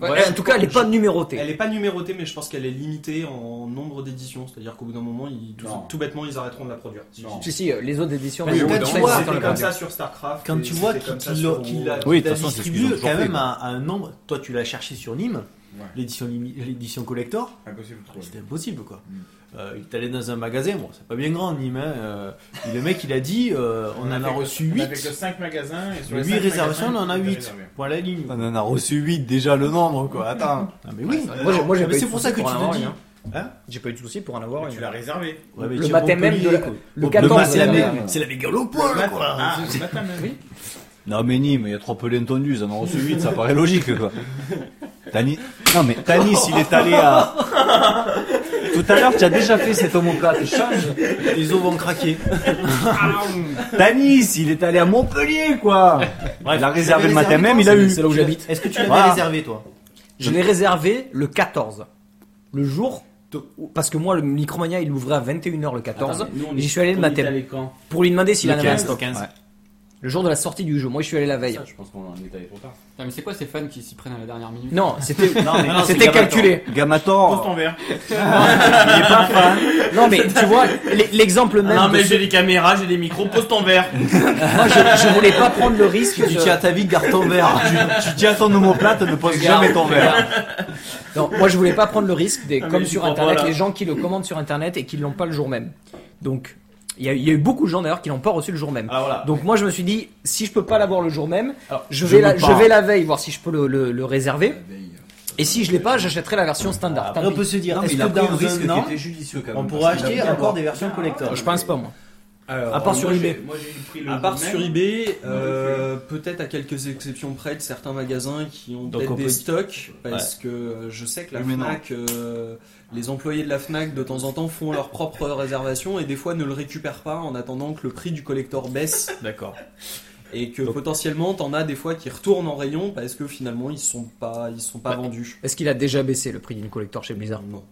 Speaker 6: Ouais.
Speaker 3: Euh, en tout cas, elle est pas numérotée.
Speaker 13: Elle est pas numérotée, mais je pense qu'elle est limitée en nombre d'éditions. C'est-à-dire qu'au bout d'un moment, ils, tout,
Speaker 12: Non.
Speaker 13: tout bêtement, ils arrêteront de la produire.
Speaker 12: Non.
Speaker 3: Si, si, euh, les autres éditions.
Speaker 6: Parce
Speaker 3: elles
Speaker 6: que
Speaker 3: ont-
Speaker 6: quand tu
Speaker 3: elles
Speaker 6: vois-
Speaker 3: ont-
Speaker 8: c'est
Speaker 13: C'était
Speaker 3: elles ont-
Speaker 13: comme
Speaker 6: regarde.
Speaker 13: ça sur StarCraft.
Speaker 8: Quand
Speaker 13: et
Speaker 8: tu vois
Speaker 13: c'était
Speaker 8: qu'il
Speaker 13: comme ça
Speaker 8: qu'il
Speaker 13: sur
Speaker 8: l'a- qu'il l'a
Speaker 4: Oui,
Speaker 8: qu'il
Speaker 4: de
Speaker 8: l'a
Speaker 4: toute façon, c'est ce qu'ils ont
Speaker 8: distribué
Speaker 4: toujours
Speaker 8: quand
Speaker 4: fait,
Speaker 8: même
Speaker 4: quoi.
Speaker 8: à, à un nombre, toi tu l'as cherché sur Nîmes,
Speaker 12: Ouais.
Speaker 8: l'édition limi- l'édition collector,
Speaker 12: Impossible de trouver.
Speaker 8: c'était impossible quoi.
Speaker 12: Mm.
Speaker 8: Euh, il est allé dans un magasin, bon c'est pas bien grand Nîmes, hein, euh, et le mec il a dit euh, on, en a,
Speaker 12: fait que-
Speaker 8: reçu
Speaker 12: On a fait que
Speaker 8: 8,
Speaker 12: 5 magasins et sur les
Speaker 8: 8
Speaker 12: cinq
Speaker 8: réservations on
Speaker 12: magasins,
Speaker 8: en a
Speaker 12: il était
Speaker 8: 8,
Speaker 12: réservé.
Speaker 8: point à la ligne.
Speaker 4: On en a reçu 8 déjà le nombre, quoi. Attends.
Speaker 8: Ah, mais oui,
Speaker 3: Moi, j'ai- moi, j'ai
Speaker 8: Mais
Speaker 3: pas eu
Speaker 8: c'est
Speaker 3: de
Speaker 8: pour
Speaker 3: soucis
Speaker 8: ça que
Speaker 3: pour
Speaker 8: tu
Speaker 3: en
Speaker 8: te
Speaker 3: avoir
Speaker 8: dis.
Speaker 3: une, hein.
Speaker 8: Hein
Speaker 3: J'ai pas eu de soucis pour en avoir
Speaker 12: Mais
Speaker 3: une.
Speaker 12: Tu l'as réservé.
Speaker 8: Ouais, mais
Speaker 3: Le
Speaker 8: tiens,
Speaker 3: matin même
Speaker 8: Montpellier,
Speaker 3: de la-
Speaker 8: quoi.
Speaker 3: Le
Speaker 4: Le mat,
Speaker 3: 14,
Speaker 4: c'est la,
Speaker 3: euh,
Speaker 4: mé- c'est la mégale au
Speaker 12: Le
Speaker 4: poil,
Speaker 12: matin-
Speaker 4: quoi.
Speaker 12: Ah, le matin même.
Speaker 4: Non, mais Nîmes, il y a trois pelés entendus, ils en ont reçu 8, ça paraît logique, quoi. Tanis, non, mais Tanis, il est allé à. Tout à l'heure, tu as déjà fait cet omoplate échange.
Speaker 8: Les os vont craquer.
Speaker 4: Tanis, il est allé à Montpellier, quoi. il a réservé le matin même, il a eu.
Speaker 3: C'est là où j'habite.
Speaker 12: Est-ce que tu l'avais
Speaker 4: Voilà.
Speaker 12: réservé, toi
Speaker 3: Je l'ai réservé le 14. Le jour. de- Parce que moi, le Micromania, il ouvrait à 21h le 14.
Speaker 12: Attends, mais nous, on
Speaker 3: et J'y
Speaker 12: est-
Speaker 3: suis allé le
Speaker 12: on est
Speaker 3: matin.
Speaker 12: allé quand
Speaker 3: Pour lui demander s'il en
Speaker 4: Le
Speaker 3: avait un
Speaker 4: 15,
Speaker 3: stock.
Speaker 4: ouais.
Speaker 3: Le jour de la sortie du jeu. Moi, je suis allé la veille.
Speaker 12: Je pense qu'on en est allé trop tard.
Speaker 6: Putain, mais c'est quoi ces fans qui s'y prennent à la dernière minute
Speaker 3: Non, c'était
Speaker 12: non, c'est
Speaker 3: c'était
Speaker 12: Gabaton.
Speaker 3: calculé.
Speaker 12: Pose ton
Speaker 4: Gamator,
Speaker 12: verre.
Speaker 4: il est pas fin.
Speaker 3: Non, mais tu vois, l'e- l'exemple même.
Speaker 12: Non,
Speaker 3: de
Speaker 12: mais
Speaker 3: ce-
Speaker 12: j'ai des caméras, j'ai des micros, pose ton verre.
Speaker 3: Moi, je, je voulais pas prendre le risque.
Speaker 4: Tu
Speaker 3: de-
Speaker 4: tiens à ta vie, garde ton verre. Tu, tu tiens à ton omoplate, ne pose jamais ton verre.
Speaker 3: Non, moi, je voulais pas prendre le risque des,
Speaker 12: Ah, mais
Speaker 3: comme
Speaker 12: tu
Speaker 3: sur
Speaker 12: prends
Speaker 3: Internet,
Speaker 12: pas, là.
Speaker 3: les gens qui le commandent sur Internet et qui l'ont pas le jour même. Donc, il y, a- il y a eu beaucoup de gens d'ailleurs qui l'ont pas reçu le jour même.
Speaker 12: Alors voilà.
Speaker 3: Ah Donc moi je me suis dit si je peux pas l'avoir le jour même,
Speaker 12: Alors,
Speaker 3: je vais, la,
Speaker 4: me
Speaker 3: je
Speaker 4: pars.
Speaker 3: vais la veille voir si je peux le, le- le réserver. Et si je l'ai pas, j'achèterai la version standard.
Speaker 5: Après,
Speaker 3: Tant
Speaker 5: on
Speaker 3: pis.
Speaker 5: peut se dire,
Speaker 4: Non, mais
Speaker 5: est-ce
Speaker 4: il
Speaker 5: que
Speaker 4: a pris un
Speaker 5: dans
Speaker 4: risque
Speaker 5: un
Speaker 4: qui
Speaker 5: an,
Speaker 4: était judicieux, quand même.
Speaker 5: on pourra
Speaker 4: parce qu'il a
Speaker 5: acheter
Speaker 4: pris un
Speaker 5: encore
Speaker 4: bon-
Speaker 5: des versions collector
Speaker 3: Je pense pas moi.
Speaker 13: Alors, euh,
Speaker 3: À part sur
Speaker 13: moi,
Speaker 3: eBay.
Speaker 13: j'ai-
Speaker 12: Moi, j'ai pris le
Speaker 13: À
Speaker 12: jour
Speaker 13: part
Speaker 12: même.
Speaker 13: sur eBay, euh,
Speaker 12: Ouais,
Speaker 13: peut-être à quelques exceptions près de certains magasins qui ont
Speaker 8: Donc,
Speaker 13: peut-être
Speaker 8: on
Speaker 13: des
Speaker 8: peut-
Speaker 13: stocks, parce que euh, je sais que la
Speaker 4: Oui, mais non.
Speaker 13: FNAC, euh, les employés de la FNAC de temps en temps font leur propre réservation et des fois ne le récupèrent pas en attendant que le prix du collector baisse
Speaker 8: D'accord.
Speaker 13: et que potentiellement t'en as des fois qui retournent en rayon parce que finalement ils sont pas, ils sont pas vendus.
Speaker 3: Est-ce qu'il a déjà baissé le prix d'une collector chez Blizzard
Speaker 13: Non.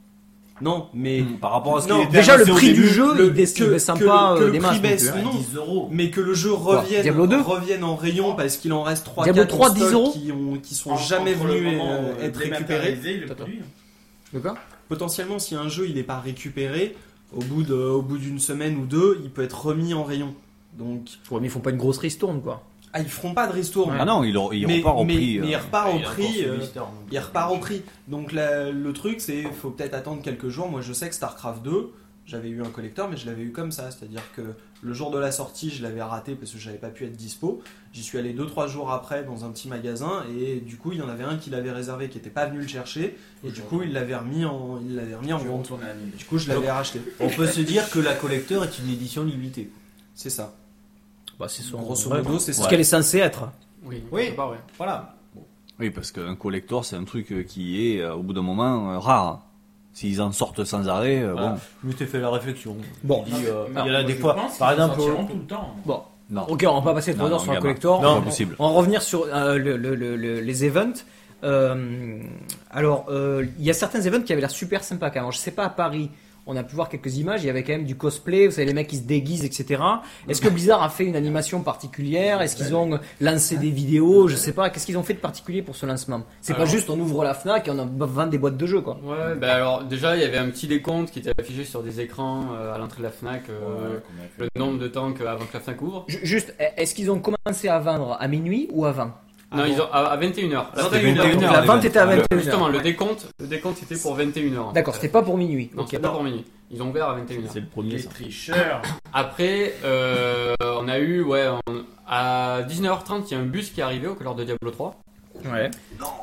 Speaker 13: Non, mais...
Speaker 4: Hmm. Par rapport à ce
Speaker 13: Non,
Speaker 4: qu'il était
Speaker 3: Déjà le
Speaker 4: annoncé au
Speaker 3: prix du
Speaker 4: début,
Speaker 3: jeu, il baisse, il baisse
Speaker 13: que
Speaker 3: sympa
Speaker 13: le- que
Speaker 3: euh,
Speaker 13: le
Speaker 3: des
Speaker 13: prix
Speaker 3: masses.
Speaker 13: baisse,
Speaker 3: donc, euh,
Speaker 13: non.
Speaker 5: 10 euros.
Speaker 13: Mais que le jeu revienne,
Speaker 3: Diablo 2
Speaker 13: revienne en rayon parce qu'il en reste 3
Speaker 3: Diablo
Speaker 13: 4
Speaker 3: 3, 10 euros
Speaker 13: qui, ont, qui sont
Speaker 12: Entre-
Speaker 13: jamais
Speaker 12: entre le
Speaker 13: venus
Speaker 12: moment
Speaker 13: euh,
Speaker 12: où
Speaker 13: être récupérés.
Speaker 12: le dématérialisé, le
Speaker 3: Attends.
Speaker 12: produit. hein.
Speaker 3: de quoi
Speaker 13: Potentiellement, si un jeu il n'est pas récupéré, au bout de- au bout d'une semaine ou deux, il peut être remis en rayon. Donc,
Speaker 3: Ouais, mais ils font pas une grosse ristourne quoi.
Speaker 13: ah, ils feront pas de restourne.
Speaker 4: Ah non, il, il
Speaker 13: mais,
Speaker 4: repart au
Speaker 13: mais-
Speaker 4: prix.
Speaker 13: mais il
Speaker 4: euh,
Speaker 13: repart au prix. euh, il
Speaker 12: Il
Speaker 13: repart au prix. Donc la- le truc, c'est faut peut-être attendre quelques jours. Moi, je sais que StarCraft 2, j'avais eu un collector, mais je l'avais eu comme ça. C'est-à-dire que le jour de la sortie, je l'avais raté parce que j'avais pas pu être dispo. J'y suis allé 2-3 jours après dans un petit magasin et du coup, il y en avait un qui l'avait réservé, qui était pas venu le chercher. Et du coup, il l'avait remis en, il l'avait remis en vente.
Speaker 12: retourner à la mine.
Speaker 13: Du coup, je l'avais racheté.
Speaker 8: On peut se dire que la collector est une édition limitée.
Speaker 13: C'est ça.
Speaker 3: Bah c'est son
Speaker 13: Grosso modo, c'est
Speaker 3: C'est
Speaker 13: ça.
Speaker 3: ce qu'elle est censée être.
Speaker 6: Oui,
Speaker 8: Oui.
Speaker 6: quelque part, ouais.
Speaker 8: Voilà.
Speaker 4: Oui, parce qu'un collector, c'est un truc euh, qui est, euh, au bout d'un moment, euh, rare. S'ils en sortent sans arrêt, euh,
Speaker 8: Voilà.
Speaker 4: bon.
Speaker 8: Je m'étais fait la réflexion.
Speaker 3: Bon.
Speaker 8: Il dit, euh,
Speaker 12: Mais
Speaker 8: il y en a
Speaker 12: moi,
Speaker 8: des
Speaker 12: je
Speaker 8: fois.
Speaker 12: pense
Speaker 8: Par
Speaker 12: qu'ils
Speaker 8: exemple, euh,
Speaker 12: sortiront tout le temps.
Speaker 3: Bon,
Speaker 4: Non.
Speaker 3: ok, on va pas passer
Speaker 4: Non,
Speaker 3: trois heures
Speaker 4: non,
Speaker 3: sur un
Speaker 4: gamin.
Speaker 3: collector.
Speaker 4: Non,
Speaker 3: on,
Speaker 4: pas possible.
Speaker 3: On, on revenir sur euh, le- le- le- le- les events. Euh, alors, euh, il y a certains events qui avaient l'air super sympa quand même. Je sais pas à Paris. On a pu voir quelques images, il y avait quand même du cosplay, vous savez, les mecs qui se déguisent, etc. Est-ce que Blizzard a fait une animation particulière Est-ce qu'ils ont lancé des vidéos Je sais pas, qu'est-ce qu'ils ont fait de particulier pour ce lancement C'est pas
Speaker 6: Alors-
Speaker 3: juste on ouvre la Fnac et on vend des boîtes de jeux, quoi.
Speaker 6: Ouais, bah alors déjà il y avait un petit décompte qui était affiché sur des écrans euh, à l'entrée de la Fnac, euh, le nombre de temps que- avant que la Fnac ouvre.
Speaker 3: Ju- Juste, est-ce qu'ils ont commencé à vendre à minuit ou avant
Speaker 6: non, ils ont à, à 21h.
Speaker 8: Ah,
Speaker 4: Ah C'était 21
Speaker 3: La
Speaker 4: heures, les
Speaker 3: vente était à
Speaker 4: ventes.
Speaker 3: 21h.
Speaker 6: Justement, le décompte, le décompte était pour 21h.
Speaker 3: D'accord, c'était pas pour minuit.
Speaker 6: Non,
Speaker 3: Ok.
Speaker 6: c'était pas pour minuit. Ils ont ouvert à 21h.
Speaker 8: c'est le premier.
Speaker 12: Les
Speaker 8: ça.
Speaker 12: tricheurs.
Speaker 6: Après, euh, on a eu, ouais, on- à 19h30, il y a un bus qui est arrivé au color de Diablo 3.
Speaker 12: Ouais.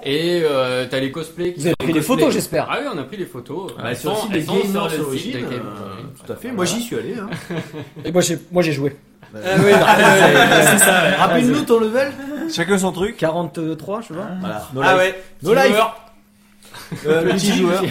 Speaker 6: Et euh, t'as les cosplays qui
Speaker 3: Vous avez
Speaker 6: sont
Speaker 3: pris des
Speaker 6: cosplays.
Speaker 3: photos, j'espère.
Speaker 6: Ah oui, on a pris les photos.
Speaker 8: Ah,
Speaker 6: Elles
Speaker 8: sur le
Speaker 6: sont-
Speaker 8: site
Speaker 6: elles
Speaker 8: des
Speaker 6: sont
Speaker 8: Gamers
Speaker 6: sur le site
Speaker 8: Origin,
Speaker 6: des Gamers
Speaker 8: euh,
Speaker 6: Origin.
Speaker 8: Tout à fait. Moi j'y suis allé. hein.
Speaker 3: Et moi j'ai moi j'ai joué.
Speaker 13: Ah oui, c'est ça. ouais.
Speaker 8: Ah, Rappelle-nous ton level.
Speaker 4: Chacun son truc.
Speaker 3: 43, je vois.
Speaker 8: Voilà. No
Speaker 13: Ah
Speaker 8: life.
Speaker 13: ouais.
Speaker 8: No life. Euh, le petit joueur.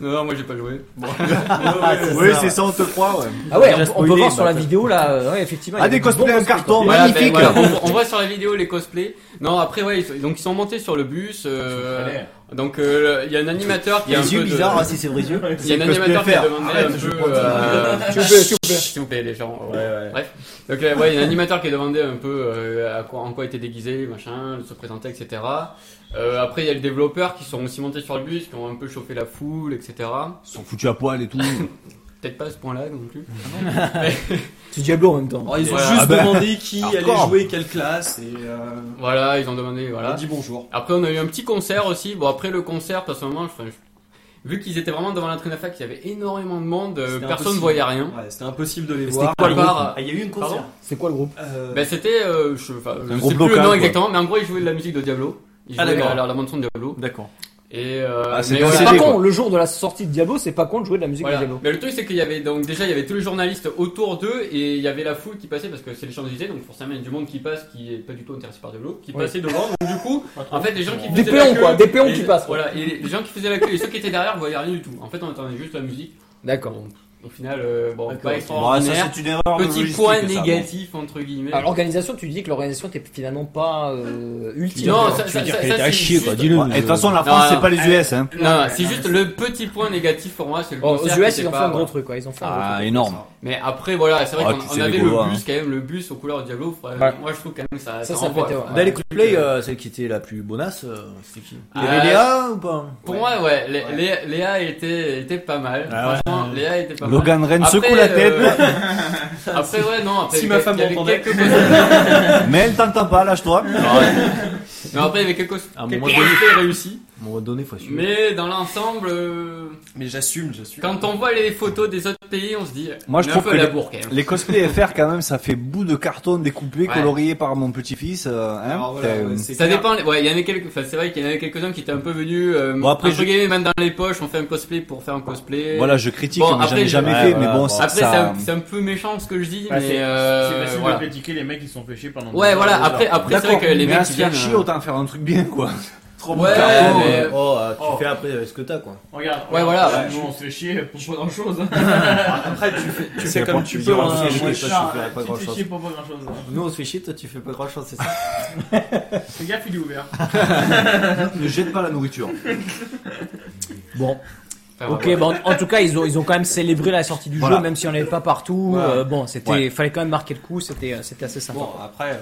Speaker 6: Non, non, moi j'ai pas joué.
Speaker 4: oui, c'est ça, on te croit, ouais.
Speaker 3: Ah ouais,
Speaker 8: déjà
Speaker 3: on, on peut
Speaker 8: spoilé,
Speaker 3: voir sur la
Speaker 8: bâtard.
Speaker 3: vidéo là, euh, ouais, effectivement. il y
Speaker 4: Ah,
Speaker 3: avait
Speaker 4: des
Speaker 3: du bon
Speaker 4: cosplays en
Speaker 3: cosplay.
Speaker 4: carton,
Speaker 6: Voilà, ben,
Speaker 4: magnifique.
Speaker 6: voilà, on, on voit sur la vidéo les cosplays. Non, après, ouais, ils- donc ils sont montés sur le bus. euh,
Speaker 12: Allez.
Speaker 6: donc euh, il y a un animateur qui
Speaker 8: Il y a
Speaker 6: un
Speaker 8: des
Speaker 6: peu
Speaker 8: yeux
Speaker 6: de-
Speaker 8: bizarres, ah, si c'est vrai yeux.
Speaker 6: Il y a un animateur qui a demandé un
Speaker 8: je
Speaker 6: peu.
Speaker 8: prends ton-
Speaker 6: euh,
Speaker 3: S'il vous plaît, s'il vous plaît.
Speaker 6: S'il vous plaît, les gens.
Speaker 8: Ouais, ouais.
Speaker 6: Donc euh, ouais, il y a un animateur qui a demandé un peu euh, à quoi, en quoi était déguisé, machin, se présentait, etc. Euh, après, il y a les développeurs qui sont aussi montés sur le bus, qui ont un peu chauffé la foule, etc.
Speaker 4: Ils sont foutus à poil et tout. Bah,
Speaker 6: Peut-être pas à ce point-là non plus.
Speaker 3: C'est Diablo en même temps.
Speaker 13: Alors, Oh, ils ont
Speaker 6: Voilà.
Speaker 13: juste
Speaker 4: Ah ben.
Speaker 13: demandé qui allait
Speaker 4: Hardcore.
Speaker 13: jouer quelle classe et euh,
Speaker 6: Voilà, ils ont demandé,
Speaker 13: on a
Speaker 6: voilà.
Speaker 13: dit bonjour.
Speaker 6: Après, on a eu un petit concert aussi. Bon, après le concert, personnellement, enfin, je- vu qu'ils étaient vraiment devant la traîne à fac, il y avait énormément de monde, euh,
Speaker 13: C'était
Speaker 6: personne ne
Speaker 13: impossible.
Speaker 6: voyait rien.
Speaker 13: Ouais, c'était impossible de les
Speaker 3: C'était
Speaker 13: voir.
Speaker 6: À part, euh,
Speaker 8: Ah, il y a eu une
Speaker 6: Pardon
Speaker 8: concert.
Speaker 3: C'est quoi le groupe
Speaker 13: Euh,
Speaker 6: ben, c'était, euh, je, enfin, je
Speaker 4: groupe
Speaker 6: sais plus
Speaker 4: local,
Speaker 6: le nom
Speaker 4: quoi.
Speaker 6: exactement, mais en gros, ils jouaient de la musique de Diablo. Ils
Speaker 8: Ah,
Speaker 6: jouaient
Speaker 8: d'accord.
Speaker 6: la, la, la bande son de Diablo.
Speaker 8: D'accord.
Speaker 6: Et, euh,
Speaker 4: Ah, c'est
Speaker 6: mais
Speaker 4: bien,
Speaker 6: ouais,
Speaker 3: C'est
Speaker 4: CD,
Speaker 3: pas con,
Speaker 4: quoi.
Speaker 3: le jour de la sortie de Diablo, c'est pas con de jouer de la musique
Speaker 6: Voilà.
Speaker 3: de Diablo.
Speaker 6: Mais le truc c'est qu'il y avait donc déjà il y avait tous les journalistes autour d'eux et il y avait la foule qui passait parce que c'est les Champs-Élysées donc forcément il y a du monde qui passe qui est pas du tout intéressé par Diablo qui passait devant donc du coup en fait les gens qui
Speaker 3: Des
Speaker 6: faisaient
Speaker 3: péons,
Speaker 6: la queue,
Speaker 3: quoi, des péons
Speaker 6: et-
Speaker 3: qui passent, quoi.
Speaker 6: voilà et les gens qui faisaient la queue et ceux qui étaient derrière voyaient rien du tout en fait on entendait juste la musique
Speaker 3: D'accord.
Speaker 6: Bon, au final euh, bon
Speaker 8: D'accord.
Speaker 6: pas
Speaker 4: Bon, ça,
Speaker 6: extraordinaire
Speaker 4: c'est une erreur de
Speaker 6: petit
Speaker 4: logistique,
Speaker 6: point
Speaker 4: ça, bon.
Speaker 6: négatif entre guillemets
Speaker 3: Alors, l'organisation, tu dis que l'organisation t'es finalement pas euh, ultime.
Speaker 6: non ça, ça,
Speaker 1: dire
Speaker 6: ça-
Speaker 1: qu'elle
Speaker 6: ça,
Speaker 1: était à
Speaker 6: c'est
Speaker 1: chier,
Speaker 4: Bah,
Speaker 1: quoi,
Speaker 6: juste-
Speaker 1: dis-le.
Speaker 4: Ouais, et de toute façon, la
Speaker 6: Non,
Speaker 4: France,
Speaker 6: non.
Speaker 4: c'est pas les US. Hein.
Speaker 6: non, non, c'est juste le petit point négatif pour moi c'est le
Speaker 3: Bon, aux
Speaker 6: concert qui
Speaker 3: US,
Speaker 6: était
Speaker 3: ils ont fait
Speaker 6: pas-
Speaker 3: un gros truc, quoi. Ils ont fait un gros
Speaker 4: Ah,
Speaker 3: truc.
Speaker 4: énorme.
Speaker 6: Mais après, voilà, c'est vrai
Speaker 4: Ah,
Speaker 6: qu'on
Speaker 4: tu
Speaker 6: on
Speaker 4: sais,
Speaker 6: avait
Speaker 4: les
Speaker 6: le bus,
Speaker 4: Gaulois, hein.
Speaker 6: quand même, le bus aux couleurs de Diablo. faudrait-
Speaker 3: Ouais.
Speaker 6: Moi, je trouve quand même ça.
Speaker 3: Ça, ça
Speaker 6: renvoie,
Speaker 3: pétait, ouais.
Speaker 6: quoi.
Speaker 8: Dans les replays, euh, celle qui était la plus bonasse, euh, c'était qui Il y
Speaker 6: Ah,
Speaker 8: avait Léa ou pas
Speaker 6: Pour moi, ouais, Lé- Lé- Léa était, était pas mal.
Speaker 8: Ah ouais.
Speaker 6: Franchement, Léa était pas mal.
Speaker 4: Logan Ren
Speaker 6: Après,
Speaker 4: secoue la tête,
Speaker 6: euh, après, ouais, non, après,
Speaker 8: Si
Speaker 6: il y
Speaker 8: ma
Speaker 6: avait-
Speaker 8: femme
Speaker 6: il y avait
Speaker 8: m'entendait.
Speaker 6: quelques possibilités.
Speaker 4: mais elle t'entend pas, lâche-toi.
Speaker 6: Non, après, il y avait quelques,
Speaker 8: À un
Speaker 6: quelques
Speaker 8: moment donné.
Speaker 6: possibilités réussies.
Speaker 8: À un moment donné, faut suivre.
Speaker 6: Mais dans l'ensemble, euh,
Speaker 13: Mais j'assume, j'assume.
Speaker 6: quand on voit les photos des autres pays, on se dit,
Speaker 4: Moi, je
Speaker 6: on est
Speaker 4: trouve que
Speaker 6: un peu à la
Speaker 4: les-
Speaker 6: bourre quand même.
Speaker 4: Les cosplays FR, quand même, ça fait bout de carton découpé,
Speaker 6: Ouais.
Speaker 4: colorié par mon petit-fils. euh, hein.
Speaker 13: Alors voilà,
Speaker 4: T'as-
Speaker 13: ouais, c'est
Speaker 6: Ça
Speaker 13: clair.
Speaker 6: dépend, ouais, il y en a quelques, enfin, c'est vrai qu'il y en avait quelques-uns qui étaient un peu venus, euh,
Speaker 4: Bon, après,
Speaker 6: un peu
Speaker 4: je-
Speaker 6: gamés, même dans les poches, on fait un cosplay pour faire un cosplay.
Speaker 4: Voilà, je critique,
Speaker 6: Bon,
Speaker 4: mais j'en
Speaker 6: après,
Speaker 4: ai jamais
Speaker 8: ouais,
Speaker 4: fait,
Speaker 8: voilà,
Speaker 4: mais bon,
Speaker 8: bon.
Speaker 3: Oh,
Speaker 4: ça-
Speaker 6: Après, c'est
Speaker 4: ça...
Speaker 6: un, c'est un peu méchant ce que je dis,
Speaker 12: Bah,
Speaker 6: mais
Speaker 12: c'est-
Speaker 6: euh,
Speaker 12: c'est facile
Speaker 6: voilà.
Speaker 12: de critiquer les mecs qui sont fait chier pendant.
Speaker 6: Ouais,
Speaker 12: des
Speaker 6: voilà.
Speaker 12: heures, des
Speaker 6: Après,
Speaker 12: heures.
Speaker 6: après, c'est vrai
Speaker 4: D'accord,
Speaker 6: que les
Speaker 4: mais
Speaker 6: mecs
Speaker 4: à se
Speaker 6: qui
Speaker 4: faire
Speaker 6: viennent.
Speaker 4: chier,
Speaker 6: euh,
Speaker 4: autant faire un truc bien, quoi.
Speaker 8: Trop
Speaker 6: Ouais,
Speaker 8: carton,
Speaker 6: mais-
Speaker 8: euh, Oh, euh, tu
Speaker 12: Oh.
Speaker 8: fais après euh, ce que t'as, quoi.
Speaker 12: Regarde.
Speaker 6: Ouais,
Speaker 12: regarde,
Speaker 6: voilà.
Speaker 12: Nous, on se fait chier pour pas grand chose.
Speaker 8: Après, tu fais, tu
Speaker 4: C'est oh,
Speaker 8: fais
Speaker 4: bon,
Speaker 8: comme tu
Speaker 4: tu
Speaker 8: peux.
Speaker 4: diras,
Speaker 8: hein,
Speaker 4: c'est
Speaker 8: moi,
Speaker 4: joué,
Speaker 8: je-
Speaker 4: ça.
Speaker 12: Ah,
Speaker 4: fais pas
Speaker 12: tu te fais
Speaker 4: grand-chose.
Speaker 12: chier pour pas hein. grand chose.
Speaker 8: Nous, on se fait chier, toi, tu fais pas grand chose, c'est ça
Speaker 12: Fais gaffe, il est ouvert.
Speaker 4: Ne jette pas la nourriture.
Speaker 3: Bon,
Speaker 6: enfin, voilà.
Speaker 3: ok, bon, en tout cas, ils ont, ils ont quand même célébré la sortie du
Speaker 4: Voilà.
Speaker 3: jeu, même si on n'avait pas partout. Euh, bon, c'était,
Speaker 4: Ouais.
Speaker 3: fallait quand même marquer le coup, c'était, euh, c'était assez sympa.
Speaker 13: Bon, après, euh,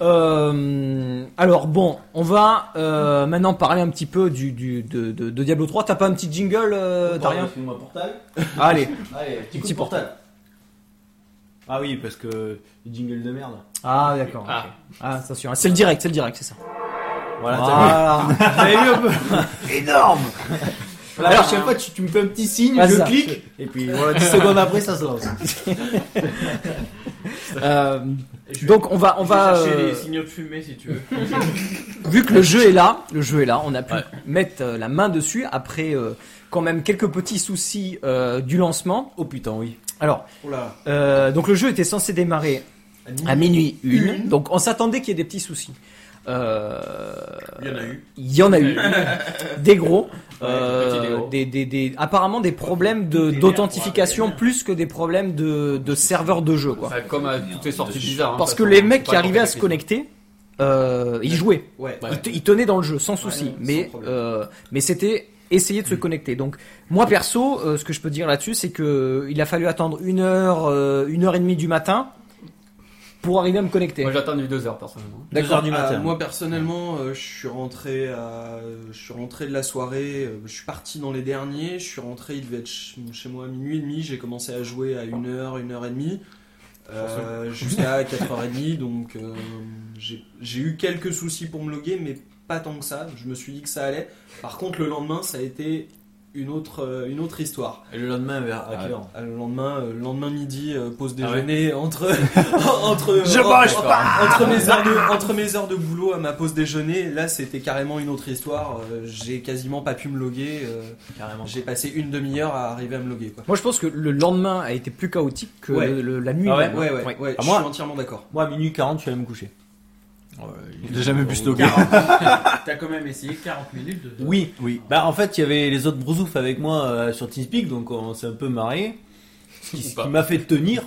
Speaker 3: Euh, alors bon, on va euh, maintenant parler un petit peu du, du- de, de- de Diablo 3. T'as pas un petit jingle, euh, t'as rien
Speaker 8: Excuse-moi, portal.
Speaker 3: Allez,
Speaker 8: Allez, petit coup
Speaker 3: Petit
Speaker 8: de portal. Ah oui, parce que jingle de merde.
Speaker 3: ah d'accord.
Speaker 6: Ah.
Speaker 3: ok. Ah, attention, c'est le direct, c'est le direct, c'est ça.
Speaker 8: Voilà,
Speaker 3: Ah,
Speaker 4: Énorme
Speaker 8: t'as- Alors, chaque fois, tu, tu me fais un petit signe,
Speaker 3: Ah,
Speaker 8: je
Speaker 3: ça.
Speaker 8: clique, et puis voilà, 10 secondes après, ça se lance.
Speaker 3: Euh,
Speaker 12: Et je vais-
Speaker 3: donc on va, on
Speaker 12: je vais
Speaker 3: va,
Speaker 12: chercher
Speaker 3: euh,
Speaker 12: les signaux de fumée si tu veux.
Speaker 3: vu que le jeu est là, le jeu est là, on a pu mettre euh, la main dessus après euh, quand même quelques petits soucis euh, du lancement.
Speaker 8: Oh putain, oui.
Speaker 3: Alors, euh, donc le jeu était censé démarrer à minuit une, donc on s'attendait qu'il y ait des petits soucis. Euh,
Speaker 12: Il y en a eu.
Speaker 3: Il y en a eu. des gros. euh,
Speaker 6: des petits, des gros.
Speaker 3: des, des- des- apparemment des problèmes de- d'authentification plus que des problèmes de, de serveur de jeu. Quoi.
Speaker 6: Enfin, comme euh, à toutes les sorties bizarres. hein,
Speaker 3: Parce
Speaker 6: de
Speaker 3: que
Speaker 6: toute
Speaker 3: les
Speaker 6: façon,
Speaker 3: mecs
Speaker 6: faut
Speaker 3: qui
Speaker 6: pas
Speaker 3: arrivaient à
Speaker 6: compter
Speaker 3: se
Speaker 6: avec les-
Speaker 3: connecter, euh, ils jouaient.
Speaker 13: ouais.
Speaker 3: Ils, te- ils tenaient dans le jeu, sans souci. mais euh, mais c'était essayer de se connecter. Donc moi perso, euh, ce que je peux dire là-dessus, c'est que euh, il a fallu attendre une heure, euh, une heure et demie du matin pour arriver à me connecter.
Speaker 6: Moi, j'ai attendu deux heures personnellement.
Speaker 13: D'accord.
Speaker 8: du
Speaker 13: Euh,
Speaker 8: matin.
Speaker 13: moi personnellement, euh, je suis rentré, à- je suis rentré de la soirée. euh, je suis parti dans les derniers. Je suis rentré, il devait être ch- chez moi à minuit et demi. J'ai commencé à jouer à 1 heure, 1 heure et demie, euh, jusqu'à 4h30. Donc euh, j'ai j'ai eu quelques soucis pour me loguer, mais pas tant que ça. Je me suis dit que ça allait. Par contre, le lendemain, ça a été une autre, euh, une autre histoire.
Speaker 8: Et le lendemain, vers à quelle heure
Speaker 13: Ah, Le lendemain, euh, le lendemain midi, euh, pause
Speaker 8: Ah
Speaker 13: déjeuner entre entre
Speaker 4: Je
Speaker 13: en-
Speaker 4: mange
Speaker 13: en- entre mes heures de entre mes heures de boulot à ma pause déjeuner. Là, c'était carrément une autre histoire. Euh, J'ai quasiment pas pu me loguer. euh,
Speaker 8: Carrément.
Speaker 13: J'ai passé une demi-heure à arriver à me loguer. Quoi.
Speaker 3: Moi, je pense que le lendemain a été plus chaotique que
Speaker 13: Ouais.
Speaker 3: le- le- la nuit.
Speaker 8: Ah ouais,
Speaker 3: même. hein.
Speaker 13: Ouais, ouais, ouais.
Speaker 8: Ah,
Speaker 13: je
Speaker 8: moi-
Speaker 13: suis entièrement d'accord.
Speaker 8: Moi, à minuit 40, je suis allé me coucher.
Speaker 4: Il a jamais pu se loguer.
Speaker 12: T'as quand même essayé 40 minutes de.
Speaker 8: Oui.
Speaker 4: Oui.
Speaker 8: Bah, en fait, il y avait les autres brousoufs avec moi euh, sur TeamSpeak, donc on s'est un peu marré. Ce qui, ce qui m'a fait tenir,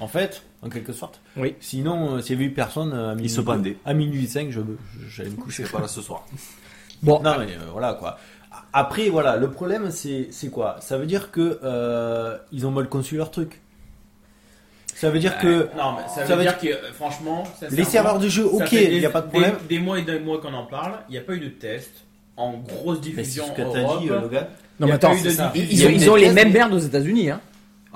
Speaker 8: en fait, en quelque sorte.
Speaker 3: Oui.
Speaker 8: Sinon, euh, s'il y avait eu personne euh, à minuit,
Speaker 4: se bandait.
Speaker 8: À minuit 5, je, je- j'allais me coucher.
Speaker 4: C'est pas là ce soir.
Speaker 3: Bon,
Speaker 8: Non, mais euh, voilà quoi. Après, voilà, le problème, c'est c'est quoi Ça veut dire que euh, ils ont mal conçu leur truc. Ça veut dire que
Speaker 12: Non, mais ça veut,
Speaker 8: Ça veut
Speaker 12: dire, que euh, franchement,
Speaker 8: les serveurs de jeu, ok, il n'y a pas de problème.
Speaker 12: Des, des mois et des mois qu'on en parle, il n'y a pas eu de test en grosse
Speaker 8: Mais c'est
Speaker 12: diffusion
Speaker 8: ce
Speaker 12: en
Speaker 8: que t'as
Speaker 12: Europe.
Speaker 8: dit, euh, Logan.
Speaker 3: non,
Speaker 12: y
Speaker 3: mais
Speaker 12: a
Speaker 3: attends,
Speaker 12: pas eu de
Speaker 3: c'est-
Speaker 12: diffusion.
Speaker 3: ils, ils ont,
Speaker 8: Il y a
Speaker 3: ils ont
Speaker 8: eu des
Speaker 3: les
Speaker 8: tests,
Speaker 3: mêmes merdes aux États-Unis. Hein.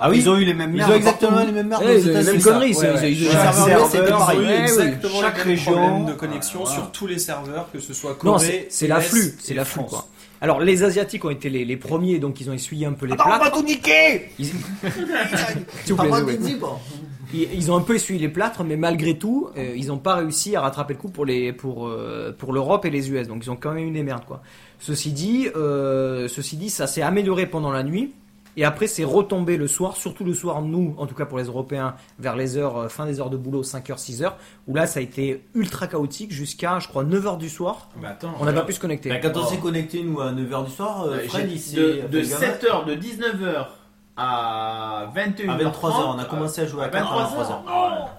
Speaker 4: Ah oui Ils ont eu les mêmes
Speaker 8: Ils
Speaker 4: merdes.
Speaker 8: ont exactement les mêmes merdes.
Speaker 3: Ouais,
Speaker 8: aux
Speaker 3: ils ont les
Speaker 8: États-Unis,
Speaker 3: mêmes
Speaker 8: ça.
Speaker 3: conneries. ils-
Speaker 13: Ouais,
Speaker 3: ils-
Speaker 13: ouais.
Speaker 3: ils-
Speaker 8: Les
Speaker 3: ils-
Speaker 8: serveurs
Speaker 3: ils-
Speaker 8: web,
Speaker 3: ils-
Speaker 8: c'était
Speaker 3: ils-
Speaker 8: pareil.
Speaker 3: ouais, ouais.
Speaker 13: exactement
Speaker 4: Chaque
Speaker 13: les mêmes
Speaker 4: région-
Speaker 13: problèmes de connexion sur tous les serveurs, que ce soit Corée,
Speaker 3: Ah. Non, c'est c'est
Speaker 13: US,
Speaker 3: l'afflux, c'est
Speaker 13: et
Speaker 3: l'afflux
Speaker 13: France.
Speaker 3: quoi. Alors les Asiatiques ont été les, les premiers, donc ils ont essuyé un peu les
Speaker 4: Attends, on
Speaker 3: plats.
Speaker 4: va tout niquer
Speaker 3: Ah,
Speaker 8: Ah bah,
Speaker 3: S'il vous plaît, s'il vous plaît. ils, ils ont un peu essuyé les plâtres, mais malgré tout, euh, ils n'ont pas réussi à rattraper le coup pour les pour euh, pour l'Europe et les US. Donc ils ont quand même eu des merdes quoi. Ceci dit, euh, ceci dit, ça s'est amélioré pendant la nuit. Et après, c'est retombé le soir, surtout le soir, nous, en tout cas pour les Européens, vers les heures, euh, fin des heures de boulot, 5h, 6h, où là, ça a été ultra chaotique jusqu'à, je crois, 9h du soir.
Speaker 12: Bah attends,
Speaker 3: On n'a pas pu se connecter.
Speaker 8: Bah, quand on s'est connecté, nous, à 9h du soir, euh,
Speaker 12: Euh,
Speaker 8: Fred,
Speaker 12: j'ai-
Speaker 8: il s'est.
Speaker 12: de, de
Speaker 8: euh, gamin-
Speaker 12: 7h, de 19h à 21h.
Speaker 8: À 23h, on a commencé à jouer à 4 à 23h.
Speaker 12: 23h.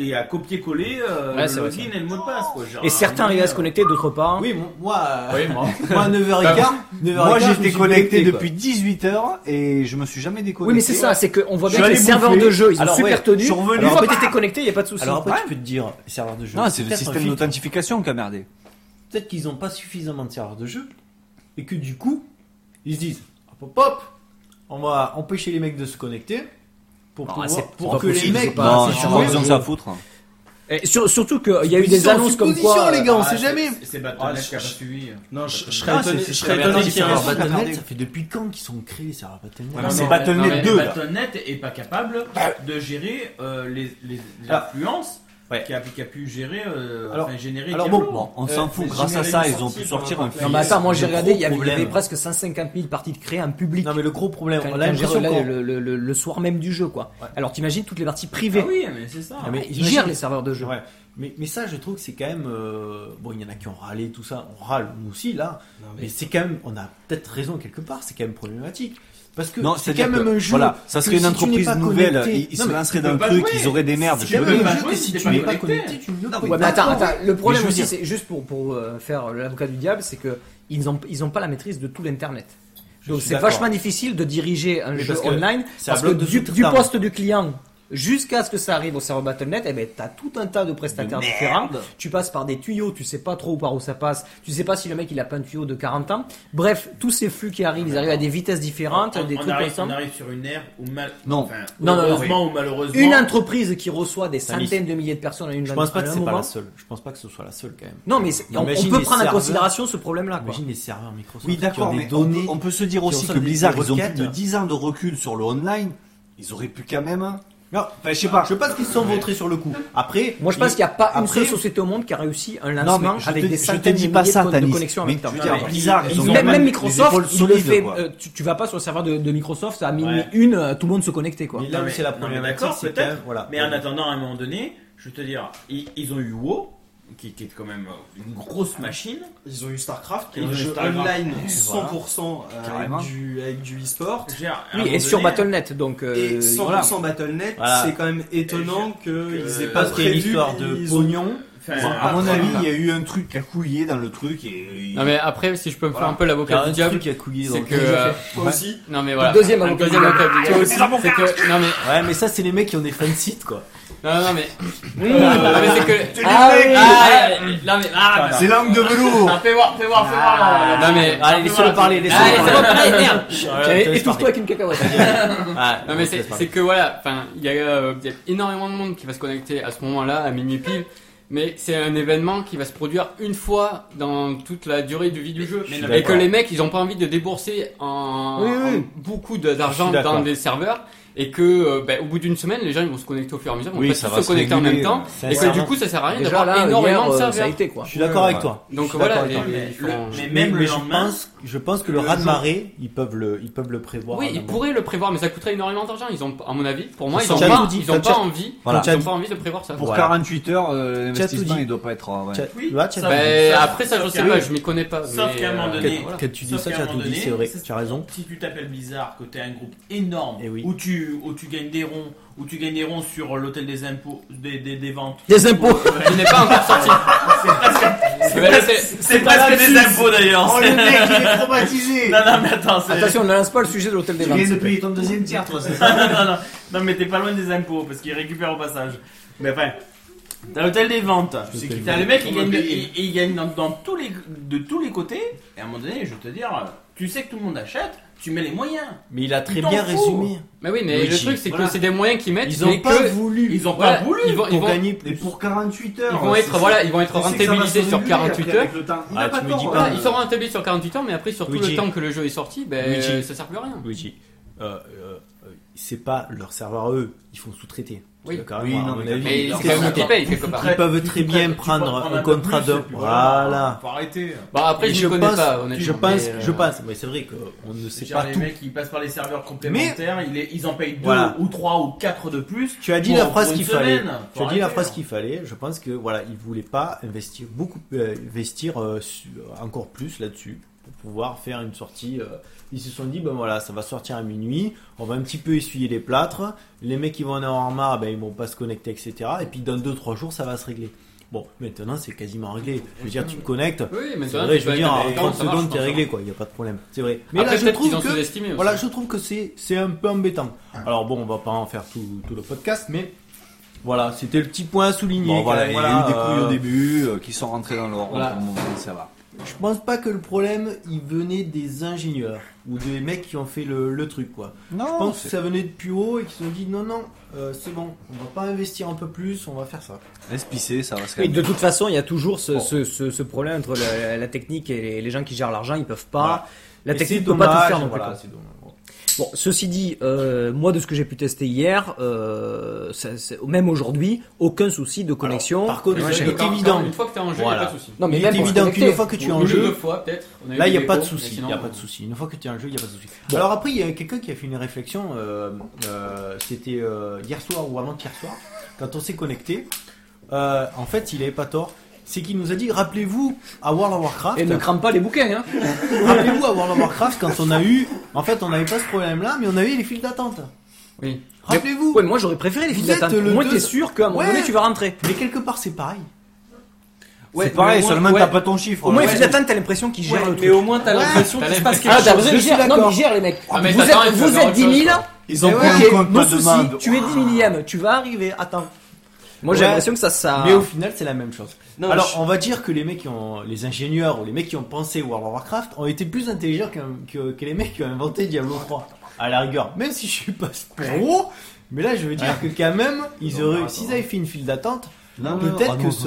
Speaker 12: et à copier-coller euh,
Speaker 3: Ouais, c'est
Speaker 12: le
Speaker 3: vrai,
Speaker 12: login et le mot de passe. Quoi, genre,
Speaker 3: Et certains arrivaient à se
Speaker 12: euh,
Speaker 3: connecter, d'autres pas.
Speaker 8: Oui, mon- moi, euh,
Speaker 6: Oui, moi.
Speaker 8: moi, à 9h15, 9h15.
Speaker 4: Moi,
Speaker 8: je me
Speaker 4: j'étais
Speaker 8: suis
Speaker 4: connecté
Speaker 8: quoi.
Speaker 4: depuis 18h et je me suis jamais déconnecté.
Speaker 3: Oui, mais c'est ça, c'est qu'on voit bien
Speaker 4: Je
Speaker 3: que
Speaker 4: suis
Speaker 3: les
Speaker 4: allé
Speaker 3: serveurs
Speaker 4: bouffer.
Speaker 3: de jeu, ils ont
Speaker 8: Alors,
Speaker 3: super
Speaker 8: ouais,
Speaker 3: tenu.
Speaker 8: je suis revenu.
Speaker 3: Une fois
Speaker 8: Alors,
Speaker 3: que t'étais connecté, il n'y a pas de souci.
Speaker 8: Alors après, tu peux te dire, serveur de jeu.
Speaker 4: Non, c'est le
Speaker 8: peut-être un
Speaker 4: système
Speaker 8: filtre.
Speaker 4: d'authentification qui a merdé.
Speaker 8: Peut-être qu'ils n'ont pas suffisamment de serveurs de jeu et que du coup, ils se disent, hop, hop, hop, on va empêcher les mecs de se connecter pour,
Speaker 3: Non,
Speaker 8: pouvoir-
Speaker 3: c'est- c'est
Speaker 8: pour
Speaker 3: pas
Speaker 8: que
Speaker 3: possible,
Speaker 8: les
Speaker 3: c'est
Speaker 8: mecs
Speaker 3: pas-
Speaker 8: puissent
Speaker 4: Non,
Speaker 3: c'est
Speaker 4: j'ai
Speaker 3: sûr.
Speaker 4: pas
Speaker 8: jouer.
Speaker 4: besoin de s'en foutre.
Speaker 3: Et sur- surtout qu'il y a eu des annonces comme quoi. euh,
Speaker 8: les gars, on sait
Speaker 12: c'est-
Speaker 8: jamais.
Speaker 12: C'est Battle.net
Speaker 13: Ah,
Speaker 12: qui a pas
Speaker 13: je-
Speaker 12: suivi.
Speaker 13: Non, je, je serais
Speaker 8: Ah, c'est-
Speaker 13: étonné,
Speaker 8: c'est-
Speaker 13: je serais
Speaker 8: Attends,
Speaker 13: étonné qu'il y ait
Speaker 8: serveurs
Speaker 13: un
Speaker 4: serveur
Speaker 8: Battle.net,
Speaker 4: Internet.
Speaker 8: ça fait depuis quand qu'ils sont créés, serveurs Battle.net
Speaker 12: Voilà,
Speaker 4: C'est
Speaker 12: non,
Speaker 4: Battle.net
Speaker 12: mais
Speaker 4: 2, là.
Speaker 12: Battle.net est pas capable de gérer euh, les, les, les
Speaker 8: Bah, Alors,
Speaker 12: influences
Speaker 8: ouais.
Speaker 12: qu'a qu'a pu gérer, euh,
Speaker 8: Alors-
Speaker 12: enfin, générer.
Speaker 8: alors
Speaker 12: Diablo.
Speaker 4: Bon, on
Speaker 12: Euh,
Speaker 4: s'en fout.
Speaker 12: c'est
Speaker 4: Grâce à
Speaker 12: générer
Speaker 4: ça,
Speaker 12: une
Speaker 4: ils ont pu
Speaker 12: sortie,
Speaker 4: sortir
Speaker 12: par
Speaker 4: un
Speaker 12: exemple.
Speaker 3: Non,
Speaker 4: film.
Speaker 3: mais attends, moi j'ai
Speaker 8: Le
Speaker 3: regardé, il y, avait,
Speaker 8: gros
Speaker 3: il y avait
Speaker 8: problème.
Speaker 3: presque 150 000 parties de créer, un public.
Speaker 8: Non mais le gros problème,
Speaker 3: quand-
Speaker 8: on a
Speaker 3: quand j'ai
Speaker 8: l'impression
Speaker 3: regardé
Speaker 8: qu'on
Speaker 3: le, le- le- le soir même du jeu, quoi. Alors t'imagines toutes les parties privées.
Speaker 12: Ah oui, mais c'est ça.
Speaker 8: Ah, mais
Speaker 3: ils
Speaker 8: imagine-
Speaker 3: gèrent les serveurs de jeu.
Speaker 8: Ouais. Mais, mais ça, je trouve que c'est quand même. euh, bon, il y en a qui ont râlé, tout ça. On râle, nous aussi, là. mais c'est quand même. On a peut-être raison quelque part. C'est quand même problématique. Parce que
Speaker 4: Non,
Speaker 8: c'est
Speaker 4: c'est
Speaker 8: quand même un jeu.
Speaker 4: Voilà, ça
Speaker 8: que
Speaker 4: serait
Speaker 8: si
Speaker 4: une
Speaker 8: tu n'es
Speaker 4: entreprise
Speaker 8: pas
Speaker 4: nouvelle.
Speaker 8: connecté-
Speaker 4: Ils ils
Speaker 8: Non,
Speaker 4: se
Speaker 8: mais
Speaker 4: lanceraient
Speaker 12: tu peux
Speaker 4: dans le
Speaker 12: pas
Speaker 4: truc,
Speaker 12: jouer.
Speaker 4: ils auraient des merdes.
Speaker 8: c'est quand même
Speaker 12: peux
Speaker 8: un
Speaker 12: pas
Speaker 8: jeu
Speaker 12: jouer
Speaker 8: que
Speaker 12: si
Speaker 8: si
Speaker 12: t'es
Speaker 8: tu
Speaker 12: pas
Speaker 8: n'es pas
Speaker 12: connecté.
Speaker 8: connecté, tu ne
Speaker 3: Ouais, mais attends, attends, le problème
Speaker 4: je veux
Speaker 3: aussi,
Speaker 4: dire-
Speaker 3: c'est juste pour, pour euh, faire l'avocat du diable, c'est que ils ont ils ont pas la maîtrise de tout l'internet. Donc
Speaker 8: suis
Speaker 3: c'est
Speaker 8: d'accord.
Speaker 3: vachement difficile de diriger un
Speaker 8: Mais
Speaker 3: jeu
Speaker 8: parce que
Speaker 3: online
Speaker 8: c'est un
Speaker 3: parce que
Speaker 8: bloc de
Speaker 3: du,
Speaker 8: sous-traitants.
Speaker 3: du poste du client jusqu'à ce que ça arrive au serveur Battle.net, eh ben t'as tout un tas de prestataires différents. Tu passes par des tuyaux, tu sais pas trop par où ça passe. Tu sais pas si le mec il a pas un tuyau de 40 ans. Bref, tous ces flux qui arrivent, ils arrivent à des vitesses différentes,
Speaker 12: on,
Speaker 3: Hein, des
Speaker 12: on
Speaker 3: trucs
Speaker 12: arrive,
Speaker 3: comme
Speaker 12: on
Speaker 3: ça.
Speaker 12: arrive sur une ère où mal.
Speaker 4: Non.
Speaker 12: enfin,
Speaker 3: Non, non, non,
Speaker 12: heureusement ou malheureusement.
Speaker 3: Une entreprise qui reçoit des
Speaker 8: Salut.
Speaker 3: centaines de milliers de personnes à une
Speaker 8: Je pense pas que
Speaker 3: à un
Speaker 8: c'est pas
Speaker 3: moment-
Speaker 8: la seule. Je pense pas que ce soit la seule quand même.
Speaker 3: Non, mais c'est- on, on
Speaker 8: Imagine
Speaker 3: peut
Speaker 8: les
Speaker 3: prendre en
Speaker 8: serveurs.
Speaker 3: considération ce problème-là. quoi.
Speaker 8: Imagine les serveurs Microsoft
Speaker 4: Oui,
Speaker 8: qui ont
Speaker 4: d'accord,
Speaker 8: des
Speaker 4: mais on peut,
Speaker 8: données.
Speaker 4: on peut se dire aussi
Speaker 8: reçoivent
Speaker 4: que
Speaker 8: des-
Speaker 4: Blizzard,
Speaker 8: des
Speaker 4: ils ont plus
Speaker 8: requêtes.
Speaker 4: de 10 ans de recul sur le online. Ils auraient pu quand même. Non, enfin, je sais pas.
Speaker 8: Je pense qu'ils se sont vautrés sur le coup. Après,
Speaker 3: Moi, je pense
Speaker 8: il-
Speaker 3: qu'il n'y a pas une
Speaker 8: après-
Speaker 3: seule société au monde qui a réussi un
Speaker 4: Non,
Speaker 3: lancement
Speaker 4: mais je
Speaker 3: avec
Speaker 4: te,
Speaker 3: des
Speaker 4: je te
Speaker 3: centaines
Speaker 4: dis
Speaker 3: de
Speaker 4: pas
Speaker 3: milliers
Speaker 4: ça,
Speaker 3: de, co- de
Speaker 4: Tanis.
Speaker 3: connexions en
Speaker 4: Mais
Speaker 3: même temps.
Speaker 4: je veux
Speaker 12: Non,
Speaker 4: dire,
Speaker 12: mais
Speaker 4: Blizzard,
Speaker 12: ils-
Speaker 4: ils
Speaker 12: ils
Speaker 4: ont
Speaker 12: ont
Speaker 4: quand
Speaker 3: Même, même
Speaker 4: les
Speaker 3: Microsoft,
Speaker 4: épaules
Speaker 3: il le
Speaker 4: solides,
Speaker 3: fait,
Speaker 4: quoi.
Speaker 3: euh, tu, tu vas pas sur le serveur de, de Microsoft, à minuit
Speaker 12: Ouais.
Speaker 3: une, euh, tout le monde se connectait, quoi.
Speaker 8: Mais là où c'est la
Speaker 12: Non, mais
Speaker 8: problématique,
Speaker 12: d'accord,
Speaker 8: c'est quand
Speaker 12: peut-être.
Speaker 8: même- voilà.
Speaker 12: Mais en attendant, à un moment donné, je vais te dire, ils, ils ont eu WoW, qui, qui est quand même euh, une grosse machine.
Speaker 13: Ils ont eu StarCraft, qui est
Speaker 12: Ils ont
Speaker 13: un
Speaker 12: eu
Speaker 13: jeu
Speaker 12: StarCraft.
Speaker 13: online
Speaker 12: Et
Speaker 13: 100%
Speaker 4: Carrément.
Speaker 13: avec, euh, du, avec du e-sport.
Speaker 12: Je veux dire, à un
Speaker 3: oui,
Speaker 12: moment
Speaker 3: et sur
Speaker 12: donné,
Speaker 3: Battle.net, donc euh,
Speaker 13: Et 100%
Speaker 3: voilà.
Speaker 13: Battle.net,
Speaker 8: Voilà.
Speaker 13: c'est quand même étonnant qu'ils aient pas
Speaker 8: Parce qu'il y a une
Speaker 13: prévu.
Speaker 8: histoire de
Speaker 13: ils ont-
Speaker 8: pognon.
Speaker 12: euh, enfin,
Speaker 8: Bon,
Speaker 4: À mon avis, il y a eu un truc à couiller dans le truc et.
Speaker 6: Non mais après, si je peux me faire un peu
Speaker 8: Il y a
Speaker 6: l'avocat
Speaker 8: un
Speaker 6: du diable,
Speaker 8: truc qui a couillé dans
Speaker 6: c'est
Speaker 8: le
Speaker 6: que
Speaker 8: truc.
Speaker 6: euh,
Speaker 13: Moi aussi.
Speaker 6: non mais voilà,
Speaker 3: Deuxième
Speaker 6: Un
Speaker 3: avocat du
Speaker 6: deuxième
Speaker 3: diable.
Speaker 6: avocat du diable, c'est que non mais
Speaker 8: Ouais, mais ça, c'est les mecs qui ont des fansites, quoi.
Speaker 6: non non mais
Speaker 4: Ah,
Speaker 6: non mais c'est que
Speaker 3: Ah Mmh. oui,
Speaker 6: Ah, non mais ah
Speaker 4: C'est langue de velours!
Speaker 6: fais voir, fais voir, fais voir là. Non mais
Speaker 8: Allez, laissez-le parler,
Speaker 6: Allez,
Speaker 8: laissez-le
Speaker 6: c'est bon,
Speaker 8: parler.
Speaker 3: Ah,
Speaker 6: allez, merde.
Speaker 8: Ouais,
Speaker 3: Et-
Speaker 8: laisse
Speaker 3: Étouffe-toi
Speaker 8: parler.
Speaker 3: avec une cacahuète.
Speaker 8: Ah,
Speaker 6: Non mais c'est c'est que voilà, enfin il y, a, euh, il y a énormément de monde qui va se connecter à ce moment-là à minuit pile, mais c'est un événement qui va se produire une fois dans toute la durée de vie du jeu
Speaker 12: Mais
Speaker 6: et
Speaker 12: d'accord.
Speaker 6: que les mecs ils ont pas envie de débourser en,
Speaker 8: Oui, oui.
Speaker 6: en beaucoup de- d'argent
Speaker 8: Je suis d'accord.
Speaker 6: dans des serveurs et que euh, ben, au bout d'une semaine les gens ils vont se connecter au fur et à mesure, ils vont
Speaker 4: Oui,
Speaker 6: pas
Speaker 4: ça
Speaker 6: tous
Speaker 4: va
Speaker 6: se
Speaker 4: se
Speaker 6: connecter en
Speaker 4: réguler,
Speaker 6: même temps
Speaker 8: ouais.
Speaker 6: et que
Speaker 8: Ouais.
Speaker 6: du coup ça sert à rien
Speaker 3: Déjà
Speaker 6: d'avoir
Speaker 3: là,
Speaker 6: énormément
Speaker 3: hier,
Speaker 6: de
Speaker 3: euh,
Speaker 6: serveurs.
Speaker 3: ça a été, quoi.
Speaker 8: Je suis d'accord avec
Speaker 4: Ouais.
Speaker 8: toi.
Speaker 6: Donc
Speaker 8: Je suis
Speaker 6: voilà,
Speaker 8: d'accord avec
Speaker 6: les- les- ils
Speaker 8: toi.
Speaker 12: Mais le-
Speaker 6: font-
Speaker 12: mais
Speaker 8: Mais-
Speaker 12: même
Speaker 8: mais
Speaker 12: le
Speaker 8: je
Speaker 12: lendemain,
Speaker 8: pense, je pense que le,
Speaker 12: le
Speaker 8: raz de
Speaker 12: jour-
Speaker 8: marée, ils peuvent le, ils peuvent le prévoir.
Speaker 6: Oui,
Speaker 8: à un
Speaker 6: ils
Speaker 8: moment.
Speaker 6: pourraient le prévoir, mais ça coûterait énormément d'argent. Ils ont, à mon avis, pour moi,
Speaker 8: Ça,
Speaker 6: ils ont
Speaker 8: t'as
Speaker 6: pas,
Speaker 8: tout dit,
Speaker 6: ils ont
Speaker 8: t'as
Speaker 6: pas
Speaker 8: déjà-
Speaker 6: envie,
Speaker 8: Voilà.
Speaker 6: ils ont pas envie de prévoir ça.
Speaker 4: Pour
Speaker 8: Voilà.
Speaker 4: 48 heheures, euh,
Speaker 8: Chat
Speaker 4: l'investissement
Speaker 8: tout dit.
Speaker 4: il doit pas être. euh, ouais.
Speaker 8: Chat-
Speaker 12: Oui,
Speaker 8: là, tu as-
Speaker 12: ça-
Speaker 6: Ben,
Speaker 12: sauf-
Speaker 6: après ça, je
Speaker 12: sauf
Speaker 6: sais
Speaker 12: qu'à-
Speaker 6: pas, je m'y connais pas.
Speaker 12: sauf
Speaker 6: mais,
Speaker 12: qu'à un moment
Speaker 6: euh,
Speaker 12: donné-
Speaker 6: voilà.
Speaker 8: Quand tu dis
Speaker 12: Sauf
Speaker 8: ça,
Speaker 12: qu'à
Speaker 8: tu as
Speaker 12: un
Speaker 8: tout
Speaker 12: moment
Speaker 8: dit,
Speaker 12: donné,
Speaker 8: c'est vrai,
Speaker 12: ça, c'est-
Speaker 8: tu as raison.
Speaker 12: Si tu t'appelles Blizzard, que t'es un groupe énorme,
Speaker 8: Eh oui.
Speaker 12: où, tu, où tu gagnes des ronds, où tu gagnes des ronds sur l'hôtel des impôts, des, des, des ventes.
Speaker 3: Des impôts.
Speaker 6: Il n'est pas encore sorti. Eh ben là, c'est-
Speaker 12: C'est presque des impôts d'ailleurs.
Speaker 4: Oh, le mec, il est traumatisé!
Speaker 12: Non, non, mais attends, c'est.
Speaker 3: Attention, ne lance pas le sujet de l'hôtel des
Speaker 4: Tu viens de
Speaker 3: ventes.
Speaker 4: payer ton deuxième tiers, toi, c'est ça?
Speaker 12: non, non, non. non, mais t'es pas loin des impôts parce qu'ils récupèrent au passage. Mais enfin, t'as l'hôtel des ventes. C'est que T'as le mec, il gagne, il, il gagne dans, dans tous les, de tous les côtés. Et à un moment donné, je vais te dire, tu sais que tout le monde achète, tu mets les moyens.
Speaker 8: Mais il a très
Speaker 12: t'en
Speaker 8: bien
Speaker 12: fous.
Speaker 8: résumé.
Speaker 6: Mais oui, mais le
Speaker 8: Luigi,
Speaker 6: truc, c'est que
Speaker 8: voilà.
Speaker 6: c'est des moyens qu'ils mettent.
Speaker 8: Ils ont
Speaker 6: mais
Speaker 8: pas
Speaker 6: que-
Speaker 8: voulu.
Speaker 12: Ils ont
Speaker 6: voilà,
Speaker 12: pas voulu.
Speaker 6: Ils vont, ils
Speaker 8: Pour
Speaker 6: vont,
Speaker 8: gagner
Speaker 4: Mais
Speaker 8: plus.
Speaker 4: pour 48 heures!
Speaker 6: ils vont
Speaker 4: c'est-
Speaker 6: être, voilà, ils vont être
Speaker 4: c'est que ça va se
Speaker 6: rentabilisés sur
Speaker 4: réguler
Speaker 6: 48
Speaker 4: après
Speaker 6: heures.
Speaker 4: avec le temps. Il
Speaker 8: Ah,
Speaker 4: a pas
Speaker 8: tu me
Speaker 4: tort,
Speaker 8: dis
Speaker 4: hein.
Speaker 8: pas,
Speaker 6: Voilà, ils sont rentabilisés sur 48 heures, mais après, sur tout le
Speaker 8: Luigi.
Speaker 6: temps que le jeu est sorti, ben,
Speaker 8: Luigi.
Speaker 6: ça sert plus à rien.
Speaker 8: Luigi, euh, euh, euh, c'est pas leur serveur à eux, ils font sous-traiter.
Speaker 6: Oui.
Speaker 8: Carrément,
Speaker 5: Oui,
Speaker 8: à
Speaker 5: non,
Speaker 8: mon
Speaker 5: mais
Speaker 8: avis.
Speaker 6: Mais
Speaker 5: Ils
Speaker 6: c'est quand même
Speaker 5: peuvent-
Speaker 6: qui paye quelque part.
Speaker 5: Ils peuvent très bien
Speaker 12: Tu pourras
Speaker 5: prendre
Speaker 12: prendre
Speaker 5: un
Speaker 12: peu
Speaker 5: contrat
Speaker 12: plus, et
Speaker 5: d'heure.
Speaker 12: puis
Speaker 5: Voilà.
Speaker 12: Faut arrêter.
Speaker 6: Bon, après,
Speaker 8: Et
Speaker 6: je ne connais
Speaker 8: pense-
Speaker 6: pas, honnêtement.
Speaker 8: Je pense,
Speaker 6: mais, euh,
Speaker 8: je pense, mais c'est vrai qu'on ne sait
Speaker 12: Genre,
Speaker 8: pas
Speaker 12: les
Speaker 8: tout.
Speaker 12: mecs, ils passent par les serveurs complémentaires, ils, les- ils en payent deux
Speaker 8: Voilà.
Speaker 12: ou trois ou quatre de plus.
Speaker 8: Tu as dit
Speaker 12: pour-
Speaker 8: la phrase
Speaker 12: pour une
Speaker 8: qu'il fallait.
Speaker 12: semaine. Faut
Speaker 8: Tu as dit la
Speaker 12: arrêter,
Speaker 8: phrase
Speaker 12: hein.
Speaker 8: qu'il fallait. Je pense que voilà, ils voulaient pas investir beaucoup, euh, investir euh, su- encore plus là-dessus pour pouvoir faire une sortie. euh, ils se sont dit ben voilà, ça va sortir à minuit. On va un petit peu essuyer les plâtres. Les mecs qui vont en avoir marre, ben ils vont pas se connecter, etc. Et puis dans deux trois jours, ça va se régler. Bon, maintenant c'est quasiment réglé. Je veux dire, tu te connectes.
Speaker 6: Oui, mais
Speaker 8: C'est vrai, je veux dire, en 30 secondes, t'es
Speaker 6: c'est
Speaker 8: réglé quoi. Il y a pas de problème. C'est vrai.
Speaker 6: Mais
Speaker 8: Mais
Speaker 6: Après,
Speaker 8: là, je
Speaker 6: peut-être
Speaker 8: trouve
Speaker 6: qu'ils ont
Speaker 8: que
Speaker 6: sous-estimé aussi.
Speaker 8: voilà, je trouve que c'est c'est un peu embêtant.
Speaker 4: Ah.
Speaker 8: Alors bon, on va pas en faire tout, tout le podcast, mais voilà, c'était le petit point à souligner.
Speaker 4: Bon,
Speaker 8: quand
Speaker 4: voilà,
Speaker 8: même.
Speaker 4: il y a eu des
Speaker 8: euh,
Speaker 4: couilles au début euh, qui sont rentrés dans leur
Speaker 8: Voilà.
Speaker 4: rang pour le moment, ça va.
Speaker 8: euh, Je pense pas que le problème, il venait des ingénieurs ou des mecs qui ont fait le, le truc quoi. je
Speaker 4: Non,
Speaker 8: pense que ça venait de plus haut et qui se sont dit non non, euh, c'est bon, on va pas investir un peu plus, on va faire ça.
Speaker 4: laisse pisser, ça va se
Speaker 3: Oui,
Speaker 4: calmer.
Speaker 3: de toute façon, il y a toujours ce, ce- ce- ce problème entre la, la technique et les, les gens qui gèrent l'argent, ils peuvent pas.
Speaker 8: Voilà.
Speaker 3: La
Speaker 8: Et
Speaker 3: technique
Speaker 8: c'est
Speaker 3: peut pas tout
Speaker 8: dommage,
Speaker 3: faire non plus.
Speaker 8: voilà,
Speaker 3: quoi.
Speaker 8: c'est dommage. Bon.
Speaker 3: Bon, ceci dit, euh, moi de ce que j'ai pu tester hier, euh, ça- ça- même aujourd'hui, aucun souci de connexion.
Speaker 8: par contre,
Speaker 3: Ouais,
Speaker 8: c'est
Speaker 3: j'ai-
Speaker 8: est évident.
Speaker 6: Une fois que t'es en jeu, il n'y a
Speaker 8: Voilà.
Speaker 6: pas de souci.
Speaker 3: non mais
Speaker 8: il
Speaker 3: même
Speaker 8: est
Speaker 3: pour
Speaker 8: évident
Speaker 3: se
Speaker 8: qu'une
Speaker 3: connecter.
Speaker 8: fois que tu es en
Speaker 6: Ou une ou
Speaker 8: jeu,
Speaker 6: deux fois, peut-être. on eu
Speaker 8: Là, il
Speaker 6: des
Speaker 8: n'y a pas de
Speaker 6: défauts, mais
Speaker 8: souci. Il
Speaker 6: sinon, euh,
Speaker 8: n'y a pas de souci. Une fois que tu es en jeu, il n'y a pas de souci. Alors après, il y a quelqu'un qui a fait une réflexion. euh, euh, C'était euh, hier soir ou avant-hier soir, quand on s'est connecté. euh, en fait, il n'avait pas tort. C'est qu'il nous a dit, rappelez-vous à World of Warcraft.
Speaker 3: Et ne crame pas les bouquins. Hein.
Speaker 8: rappelez-vous à World of Warcraft quand on a eu. En fait, on n'avait pas ce problème-là, mais on avait les files d'attente.
Speaker 6: Oui.
Speaker 8: Rappelez-vous.
Speaker 3: Ouais, moi j'aurais préféré les
Speaker 8: Vous
Speaker 3: files
Speaker 8: êtes
Speaker 3: d'attente.
Speaker 8: le
Speaker 3: Moi,
Speaker 8: deux-
Speaker 3: t'es sûr qu'à un moment
Speaker 8: Ouais.
Speaker 3: donné, tu vas rentrer.
Speaker 8: Mais quelque part, c'est pareil.
Speaker 13: Ouais,
Speaker 4: c'est pareil,
Speaker 13: mais au moins-
Speaker 4: seulement
Speaker 13: ouais.
Speaker 4: t'as pas ton chiffre.
Speaker 3: Au moins,
Speaker 4: là.
Speaker 3: les files d'attente, t'as l'impression qu'ils
Speaker 13: Ouais,
Speaker 3: gèrent le
Speaker 13: mais
Speaker 3: truc. Ah,
Speaker 13: au moins, t'as l'impression
Speaker 6: t'as
Speaker 13: qu'il se passe
Speaker 6: l'impression-
Speaker 13: quelque chose.
Speaker 3: ils gèrent. Non, mais ils gèrent les mecs.
Speaker 6: Ah, mais
Speaker 3: vous
Speaker 6: t'attends,
Speaker 3: êtes,
Speaker 6: ils peuvent
Speaker 3: vous
Speaker 6: faire
Speaker 3: êtes
Speaker 6: autre
Speaker 3: 10
Speaker 6: chose,
Speaker 3: 000,
Speaker 6: quoi.
Speaker 4: Ils ont
Speaker 3: Eh
Speaker 4: pris
Speaker 3: ouais,
Speaker 4: en compte
Speaker 3: nos
Speaker 4: la demande.
Speaker 3: soucis, tu es 10 millième, tu vas arriver, attends. Moi j'ai
Speaker 8: Ouais.
Speaker 3: l'impression é um que ça, ça.
Speaker 4: Ah.
Speaker 8: Mais au final, c'est la même chose.
Speaker 13: Non,
Speaker 8: Alors,
Speaker 13: je-
Speaker 8: on va dire que les mecs qui ont, les ingénieurs ou les mecs qui ont pensé World of Warcraft ont été plus intelligents qu'un- que, que les mecs qui ont inventé Diablo 3. À la rigueur, même si je suis pas pro, mais là, je veux dire que quand même, ils auraient, s'ils avaient fait une file d'attente,
Speaker 4: Non, non,
Speaker 8: peut-être
Speaker 4: ah non,
Speaker 8: que ça